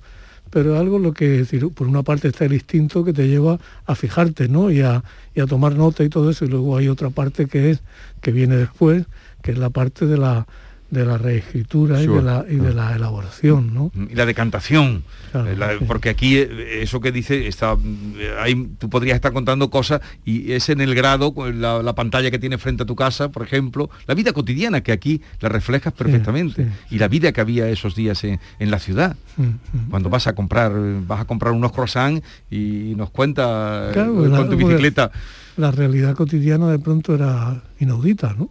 Speaker 24: pero algo lo que es decir, por una parte está el instinto que te lleva a fijarte, ¿no? Y a, y a tomar nota y todo eso, y luego hay otra parte que es, que viene después, que es la parte de la de la reescritura y
Speaker 1: Sure.
Speaker 24: de la y
Speaker 6: Ah.
Speaker 24: de la elaboración, ¿no?
Speaker 1: Mm, Y la decantación. eh, la- porque aquí eh, eso que dice, está, mm, eh, ahí tú podrías estar contando cosas y es en el grado, con la, la pantalla que tienes frente a tu casa, por ejemplo, la vida cotidiana que aquí la reflejas perfectamente. Y la vida que había esos días en, en la ciudad.
Speaker 6: Hmm.
Speaker 1: Cuando vas a comprar, eh, vas a comprar unos croissants y nos cuenta eh,
Speaker 24: Claro,
Speaker 1: con
Speaker 24: la-
Speaker 1: tu
Speaker 24: porque-
Speaker 1: bicicleta.
Speaker 24: La realidad cotidiana de pronto era inaudita, ¿no?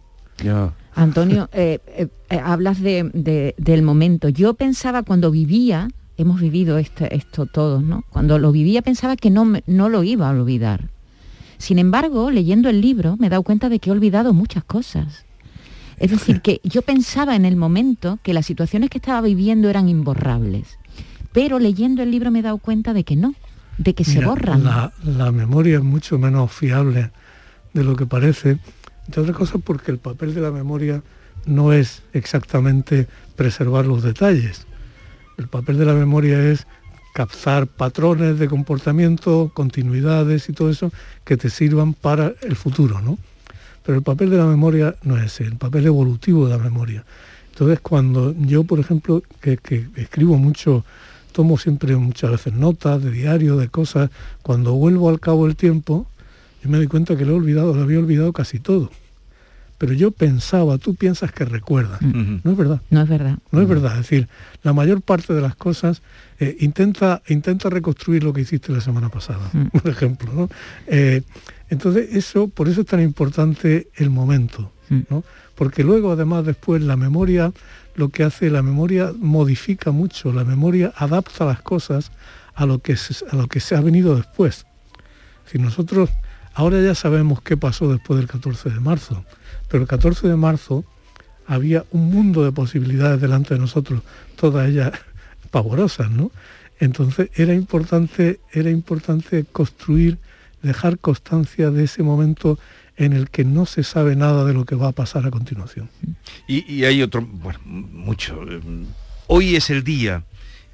Speaker 3: Antonio, eh, eh, eh, hablas de, de- del momento. Yo pensaba cuando vivía, hemos vivido este- esto todos, ¿no? Cuando lo vivía pensaba que no, me- no lo iba a olvidar. Sin embargo, leyendo el libro me he dado cuenta de que he olvidado muchas cosas. Es decir, que yo pensaba en el momento que las situaciones que estaba viviendo eran imborrables. Pero leyendo el libro me he dado cuenta de que no, de que se
Speaker 24: Mira,
Speaker 3: borran.
Speaker 24: La, la memoria es mucho menos fiable de lo que parece, entre otras cosas porque el papel de la memoria no es exactamente preservar los detalles. El papel de la memoria es captar patrones de comportamiento, continuidades y todo eso que te sirvan para el futuro, ¿no? Pero el papel de la memoria no es ese, el papel evolutivo de la memoria. Entonces, cuando yo, por ejemplo, que, que escribo mucho, tomo siempre muchas veces notas de diario, de cosas, cuando vuelvo al cabo del tiempo, yo me doy cuenta que lo he olvidado, lo había olvidado casi todo. Pero yo pensaba, tú piensas que recuerdas. No es verdad.
Speaker 3: No es verdad.
Speaker 24: No es verdad. Es decir, la mayor parte de las cosas eh, intenta, intenta reconstruir lo que hiciste la semana pasada, por ejemplo. ¿no? Eh, entonces, eso, por eso es tan importante el momento. ¿no? Porque luego, además, después la memoria, lo que hace la memoria modifica mucho, la memoria adapta las cosas a lo que se, a lo que se ha venido después. Si nosotros ahora ya sabemos qué pasó después del 14 de marzo, pero el 14 de marzo había un mundo de posibilidades delante de nosotros, todas ellas pavorosas, ¿no? Entonces era importante, era importante construir, dejar constancia de ese momento en el que no se sabe nada de lo que va a pasar a continuación.
Speaker 1: Y, y hay otro, bueno, m- mucho. eh, Hoy es el día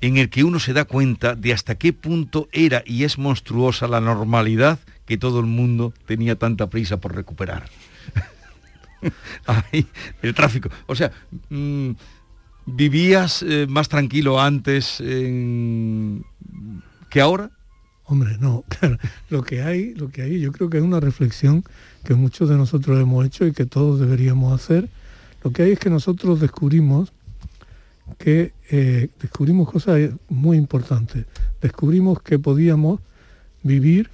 Speaker 1: en el que uno se da cuenta de hasta qué punto era y es monstruosa la normalidad que todo el mundo tenía tanta prisa por recuperar. Ay, el tráfico. O sea, mm, ¿vivías eh, más tranquilo antes en- que ahora?
Speaker 24: Hombre, no, claro, lo que hay, lo que hay, yo creo que es una reflexión que muchos de nosotros hemos hecho y que todos deberíamos hacer. Lo que hay es que nosotros descubrimos que eh, descubrimos cosas muy importantes. Descubrimos que podíamos vivir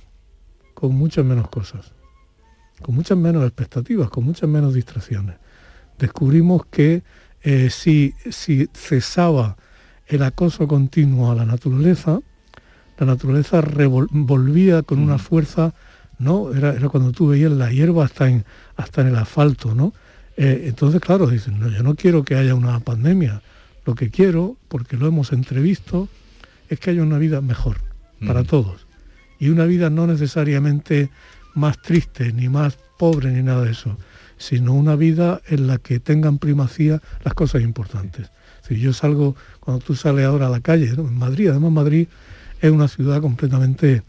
Speaker 24: con muchas menos cosas, con muchas menos expectativas, con muchas menos distracciones. Descubrimos que eh, si, si cesaba el acoso continuo a la naturaleza, la naturaleza revol- volvía con una fuerza, ¿no? Era, era cuando tú veías la hierba hasta en, hasta en el asfalto, ¿no? Eh, entonces, claro, dicen, no, yo no quiero que haya una pandemia. Lo que quiero, porque lo hemos entrevisto, es que haya una vida mejor para todos. Y una vida no necesariamente más triste, ni más pobre, ni nada de eso, sino una vida en la que tengan primacía las cosas importantes. Si yo salgo, cuando tú sales ahora a la calle, ¿no? en Madrid, además Madrid es una ciudad completamente,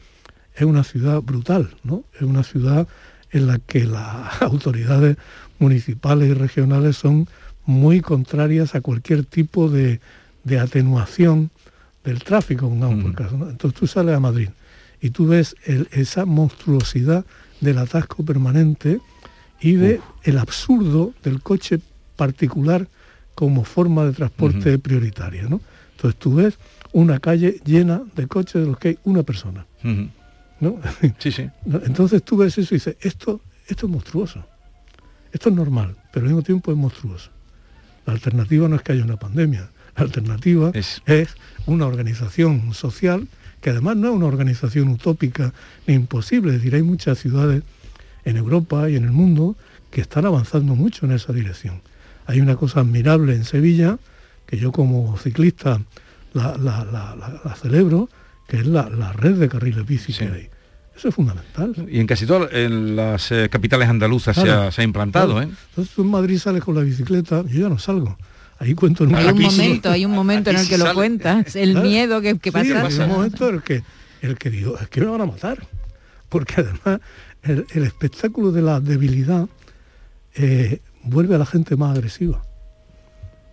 Speaker 24: es una ciudad brutal, ¿no? Es una ciudad en la que las autoridades municipales y regionales son muy contrarias a cualquier tipo de, de atenuación del tráfico, pongamos por caso. ¿no? Entonces tú sales a Madrid y tú ves el- esa monstruosidad del atasco permanente y de el absurdo del coche particular como forma de transporte prioritaria. ¿no? Entonces tú ves una calle llena de coches de los que hay una persona.
Speaker 1: Ujú.
Speaker 24: ¿no?
Speaker 1: Sí, sí.
Speaker 24: ¿no? Entonces tú ves eso y dices, esto, esto es monstruoso. Esto es normal, pero al mismo tiempo es monstruoso. La alternativa no es que haya una pandemia. La alternativa es, una organización social que además no es una organización utópica ni imposible. Es decir, hay muchas ciudades en Europa y en el mundo que están avanzando mucho en esa dirección. Hay una cosa admirable en Sevilla, que yo como ciclista la, la- la- la- la celebro, que es la, la red de carriles bici que hay. Eso es fundamental.
Speaker 1: Y en casi todas en las eh, capitales andaluzas se
Speaker 24: Claro,
Speaker 1: ha- se, ha, implantado,
Speaker 24: claro.
Speaker 1: ¿eh?
Speaker 24: Entonces tú en Madrid sales con la bicicleta, yo ya no salgo. Ahí cuento en
Speaker 3: Hay un momento, hay un momento en el que lo cuentas, el
Speaker 24: Claro.
Speaker 3: miedo que, que
Speaker 24: Sí,
Speaker 3: pasaste.
Speaker 24: hay un momento en el que, el que digo, es que me van a matar. Porque además el, el espectáculo de la debilidad eh, vuelve a la gente más agresiva.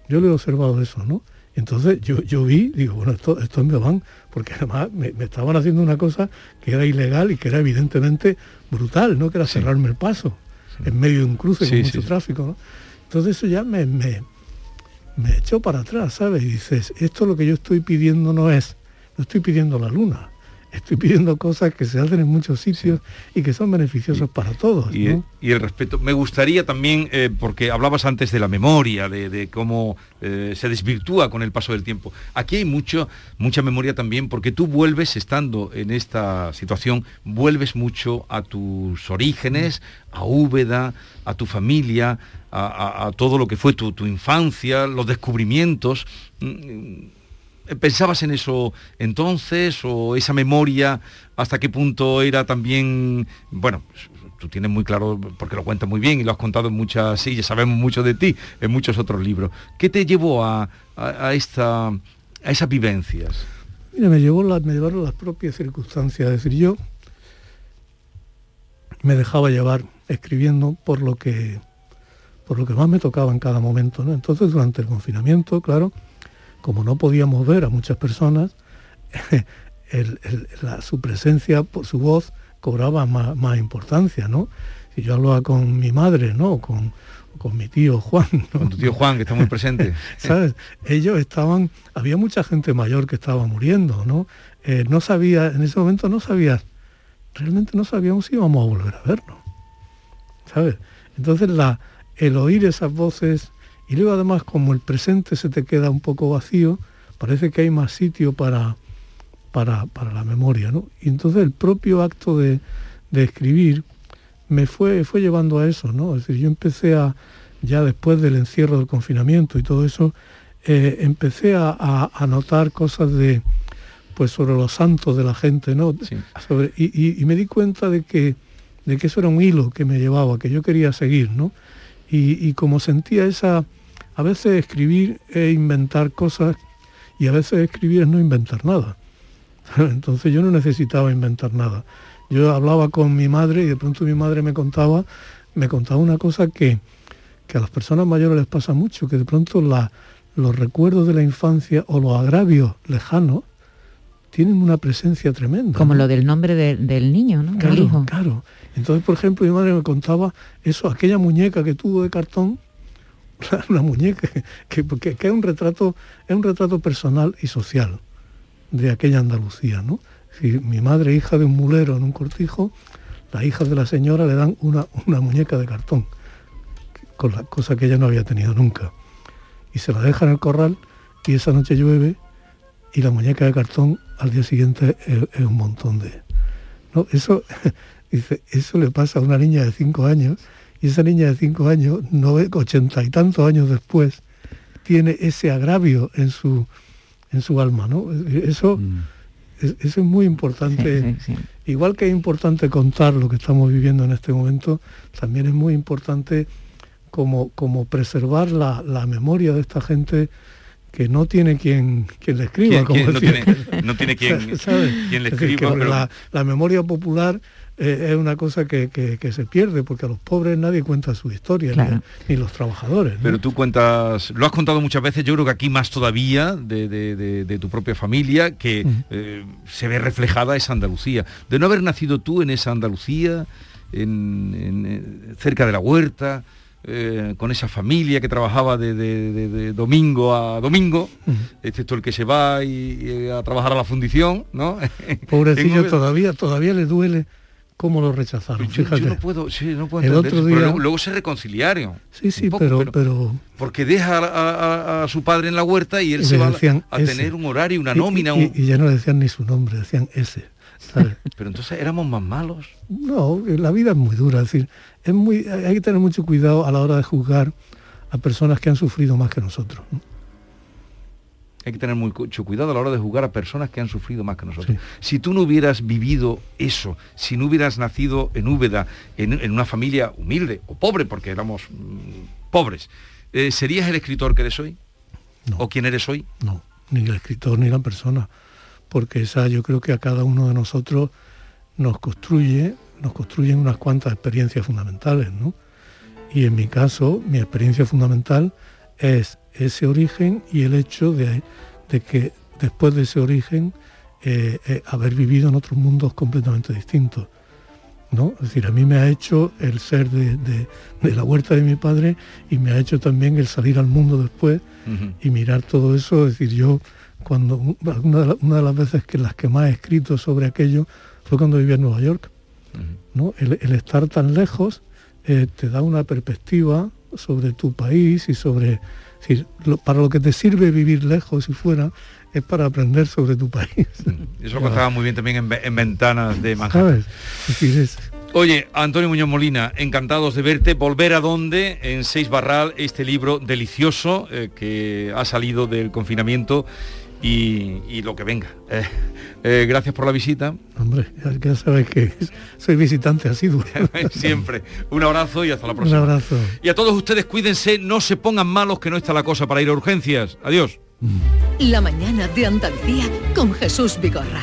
Speaker 24: Yo lo he observado eso, ¿no? Entonces yo, yo vi, digo, bueno, esto- estos me van, porque además me, me estaban haciendo una cosa que era ilegal y que era evidentemente brutal, ¿no? Que era cerrarme el paso en medio de un cruce
Speaker 1: Sí,
Speaker 24: con
Speaker 1: sí,
Speaker 24: mucho
Speaker 1: sí.
Speaker 24: tráfico, ¿no? Entonces eso ya me, me, me echó para atrás, ¿sabes? Y dices, esto lo que yo estoy pidiendo no es, no estoy pidiendo la luna, estoy pidiendo cosas que se hacen en muchos sitios y que son beneficiosas para todos.
Speaker 1: Y,
Speaker 24: ¿no?
Speaker 1: y el respeto. Me gustaría también, eh, porque hablabas antes de la memoria, de, de cómo eh, se desvirtúa con el paso del tiempo. Aquí hay mucho, mucha memoria también, porque tú vuelves, estando en esta situación, vuelves mucho a tus orígenes, a Úbeda, a tu familia, a, a- a todo lo que fue tu, tu infancia, los descubrimientos. Mm, ¿Pensabas en eso entonces o esa memoria hasta qué punto era también, bueno, tú tienes muy claro porque lo cuentas muy bien y lo has contado en muchas sillas, sabemos mucho de ti en muchos otros libros. ¿Qué te llevó a, a- a esta, a esas vivencias?
Speaker 24: Mira, me, llevó la- me llevaron las propias circunstancias. Es decir, yo me dejaba llevar escribiendo por lo que por lo que más me tocaba en cada momento. ¿no? Entonces, durante el confinamiento, claro, como no podíamos ver a muchas personas, el- el- la- su presencia, por su voz, cobraba ma- más, importancia, ¿no? Si yo hablaba con mi madre, ¿no? O Con, o con mi tío Juan, ¿no?
Speaker 1: Con tu tío Juan, que está muy presente.
Speaker 24: ¿sabes? Ellos estaban, había mucha gente mayor que estaba muriendo, ¿no? Eh, no sabía, en ese momento no sabías, realmente no sabíamos si íbamos a volver a vernos, ¿sabes? Entonces la, el oír esas voces, y luego además como el presente se te queda un poco vacío, parece que hay más sitio para, para, para la memoria, ¿no? Y entonces el propio acto de, de escribir me fue, fue llevando a eso, ¿no? Es decir, yo empecé a, ya después del encierro del confinamiento y todo eso, eh, empecé a, a- a notar cosas de, pues sobre los santos de la gente, ¿no? Sobre- y, y- y me di cuenta de que, de que eso era un hilo que me llevaba, que yo quería seguir, ¿no? Y, y como sentía esa, a veces escribir es inventar cosas y a veces escribir es no inventar nada. Entonces yo no necesitaba inventar nada. Yo hablaba con mi madre y de pronto mi madre me contaba, me contaba una cosa que, que a las personas mayores les pasa mucho, que de pronto la- los recuerdos de la infancia o los agravios lejanos tienen una presencia tremenda.
Speaker 3: Como
Speaker 24: ¿no?
Speaker 3: lo del nombre de- del niño, ¿no? Del
Speaker 24: Claro,
Speaker 3: hijo.
Speaker 24: claro. Entonces, por ejemplo, mi madre me contaba eso, aquella muñeca que tuvo de cartón, una muñeca que, que, que es un retrato, es un retrato personal y social de aquella Andalucía, ¿no? Si mi madre, hija de un mulero en un cortijo, las hijas de la señora le dan una, una muñeca de cartón, con la cosa que ella no había tenido nunca. Y se la deja en el corral y esa noche llueve y la muñeca de cartón al día siguiente es, es un montón de... No, eso, dice, eso le pasa a una niña de 5 años y esa niña de 5 años, ochenta y tantos años después, tiene ese agravio en su, en su alma. ¿no? Eso, es, eso es muy
Speaker 3: Sí,
Speaker 24: importante.
Speaker 3: sí, sí.
Speaker 24: Igual que es importante contar lo que estamos viviendo en este momento, también es muy importante como, como preservar la, la memoria de esta gente que no tiene quien, quien le
Speaker 1: ¿Quién-
Speaker 24: escriba. como
Speaker 1: quién? no,
Speaker 24: decía.
Speaker 1: tiene, no tiene quien,
Speaker 24: ¿Sabes?
Speaker 1: quien le
Speaker 24: Es decir,
Speaker 1: escriba,
Speaker 24: que
Speaker 1: pero
Speaker 24: la, la memoria popular eh, es una cosa que, que- que se pierde, porque a los pobres nadie cuenta su historia, ni-
Speaker 1: Claro.
Speaker 24: ni, los trabajadores. ¿no?
Speaker 1: Pero tú cuentas, lo has contado muchas veces, yo creo que aquí más todavía, de, de- de- de tu propia familia, que eh, se ve reflejada esa Andalucía. De no haber nacido tú en esa Andalucía, en- en- eh, cerca de la huerta, eh, con esa familia que trabajaba de, de- de- de domingo a domingo, excepto el que se va y, y a trabajar a la fundición, ¿no? En
Speaker 24: Pobrecillo,
Speaker 1: un-
Speaker 24: todavía, todavía le duele cómo lo rechazaron. fíjate.
Speaker 1: Yo no puedo, sí, no puedo
Speaker 24: El
Speaker 1: entender
Speaker 24: otro
Speaker 1: eso, pero
Speaker 24: día-
Speaker 1: luego, luego se reconciliaron.
Speaker 24: sí, sí,
Speaker 1: poco,
Speaker 24: pero, pero
Speaker 1: porque deja a, a- a su padre en la huerta y él
Speaker 24: Y
Speaker 1: se
Speaker 24: le
Speaker 1: va a-
Speaker 24: decían
Speaker 1: a,
Speaker 24: ese.
Speaker 1: tener un horario, una
Speaker 24: y-
Speaker 1: nómina.
Speaker 24: y,
Speaker 1: un-
Speaker 24: y ya no le decían ni su nombre, decían ese. ¿sabes?
Speaker 1: Pero entonces éramos más malos.
Speaker 24: No, la vida es muy dura, es decir, es muy, hay que tener mucho cuidado a la hora de juzgar a personas que han sufrido más que nosotros. ¿no?
Speaker 1: Hay que tener mucho cuidado a la hora de jugar a personas que han sufrido más que nosotros. Si tú no hubieras vivido eso, si no hubieras nacido en Úbeda, en, en una familia humilde o pobre, porque éramos mm, pobres, eh, ¿serías el escritor que eres hoy? ¿O quién eres hoy?
Speaker 24: No, ni el escritor ni la persona, porque esa yo creo que a cada uno de nosotros nos construye, nos construyen unas cuantas experiencias fundamentales, ¿no? Y en mi caso, mi experiencia fundamental es ese origen y el hecho de, de que después de ese origen eh, eh, haber vivido en otros mundos completamente distintos. ¿no? Es decir, a mí me ha hecho el ser de, de- de la huerta de mi padre y me ha hecho también el salir al mundo después y mirar todo eso. Es decir, yo cuando una de, la- una de las veces que las que más he escrito sobre aquello fue cuando vivía en Nueva York. ¿no? el, el estar tan lejos eh, te da una perspectiva sobre tu país y sobre... es decir, lo- para lo que te sirve vivir lejos y fuera es para aprender sobre tu país.
Speaker 1: Eso lo contaba muy bien también en, ve- en Ventanas de Manhattan.
Speaker 24: ¿Sabes? Es decir, es-
Speaker 1: Oye, Antonio Muñoz Molina, encantados de verte. Volver a dónde en Seis Barral este libro delicioso eh, que ha salido del confinamiento y, y lo que venga. Eh, eh, gracias por la visita,
Speaker 24: hombre, ya, ya sabes que soy visitante asiduo.
Speaker 1: siempre. Un abrazo y hasta la
Speaker 24: Un
Speaker 1: próxima.
Speaker 24: abrazo.
Speaker 1: Y a todos ustedes cuídense, no se pongan malos que no está la cosa para ir a urgencias. Adiós.
Speaker 23: La mañana de Andalucía con Jesús Vigorra.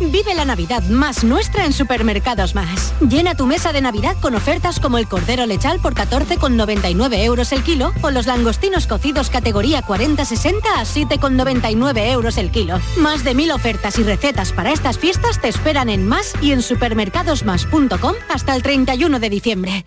Speaker 4: Vive la Navidad más nuestra en Supermercados Más. Llena tu mesa de Navidad con ofertas como el cordero lechal por 14,99 euros el kilo o los langostinos cocidos categoría 40-60 a 7,99 euros el kilo. Más de mil ofertas y recetas para estas fiestas te esperan en Más y en supermercadosmás.com hasta el 31 de diciembre.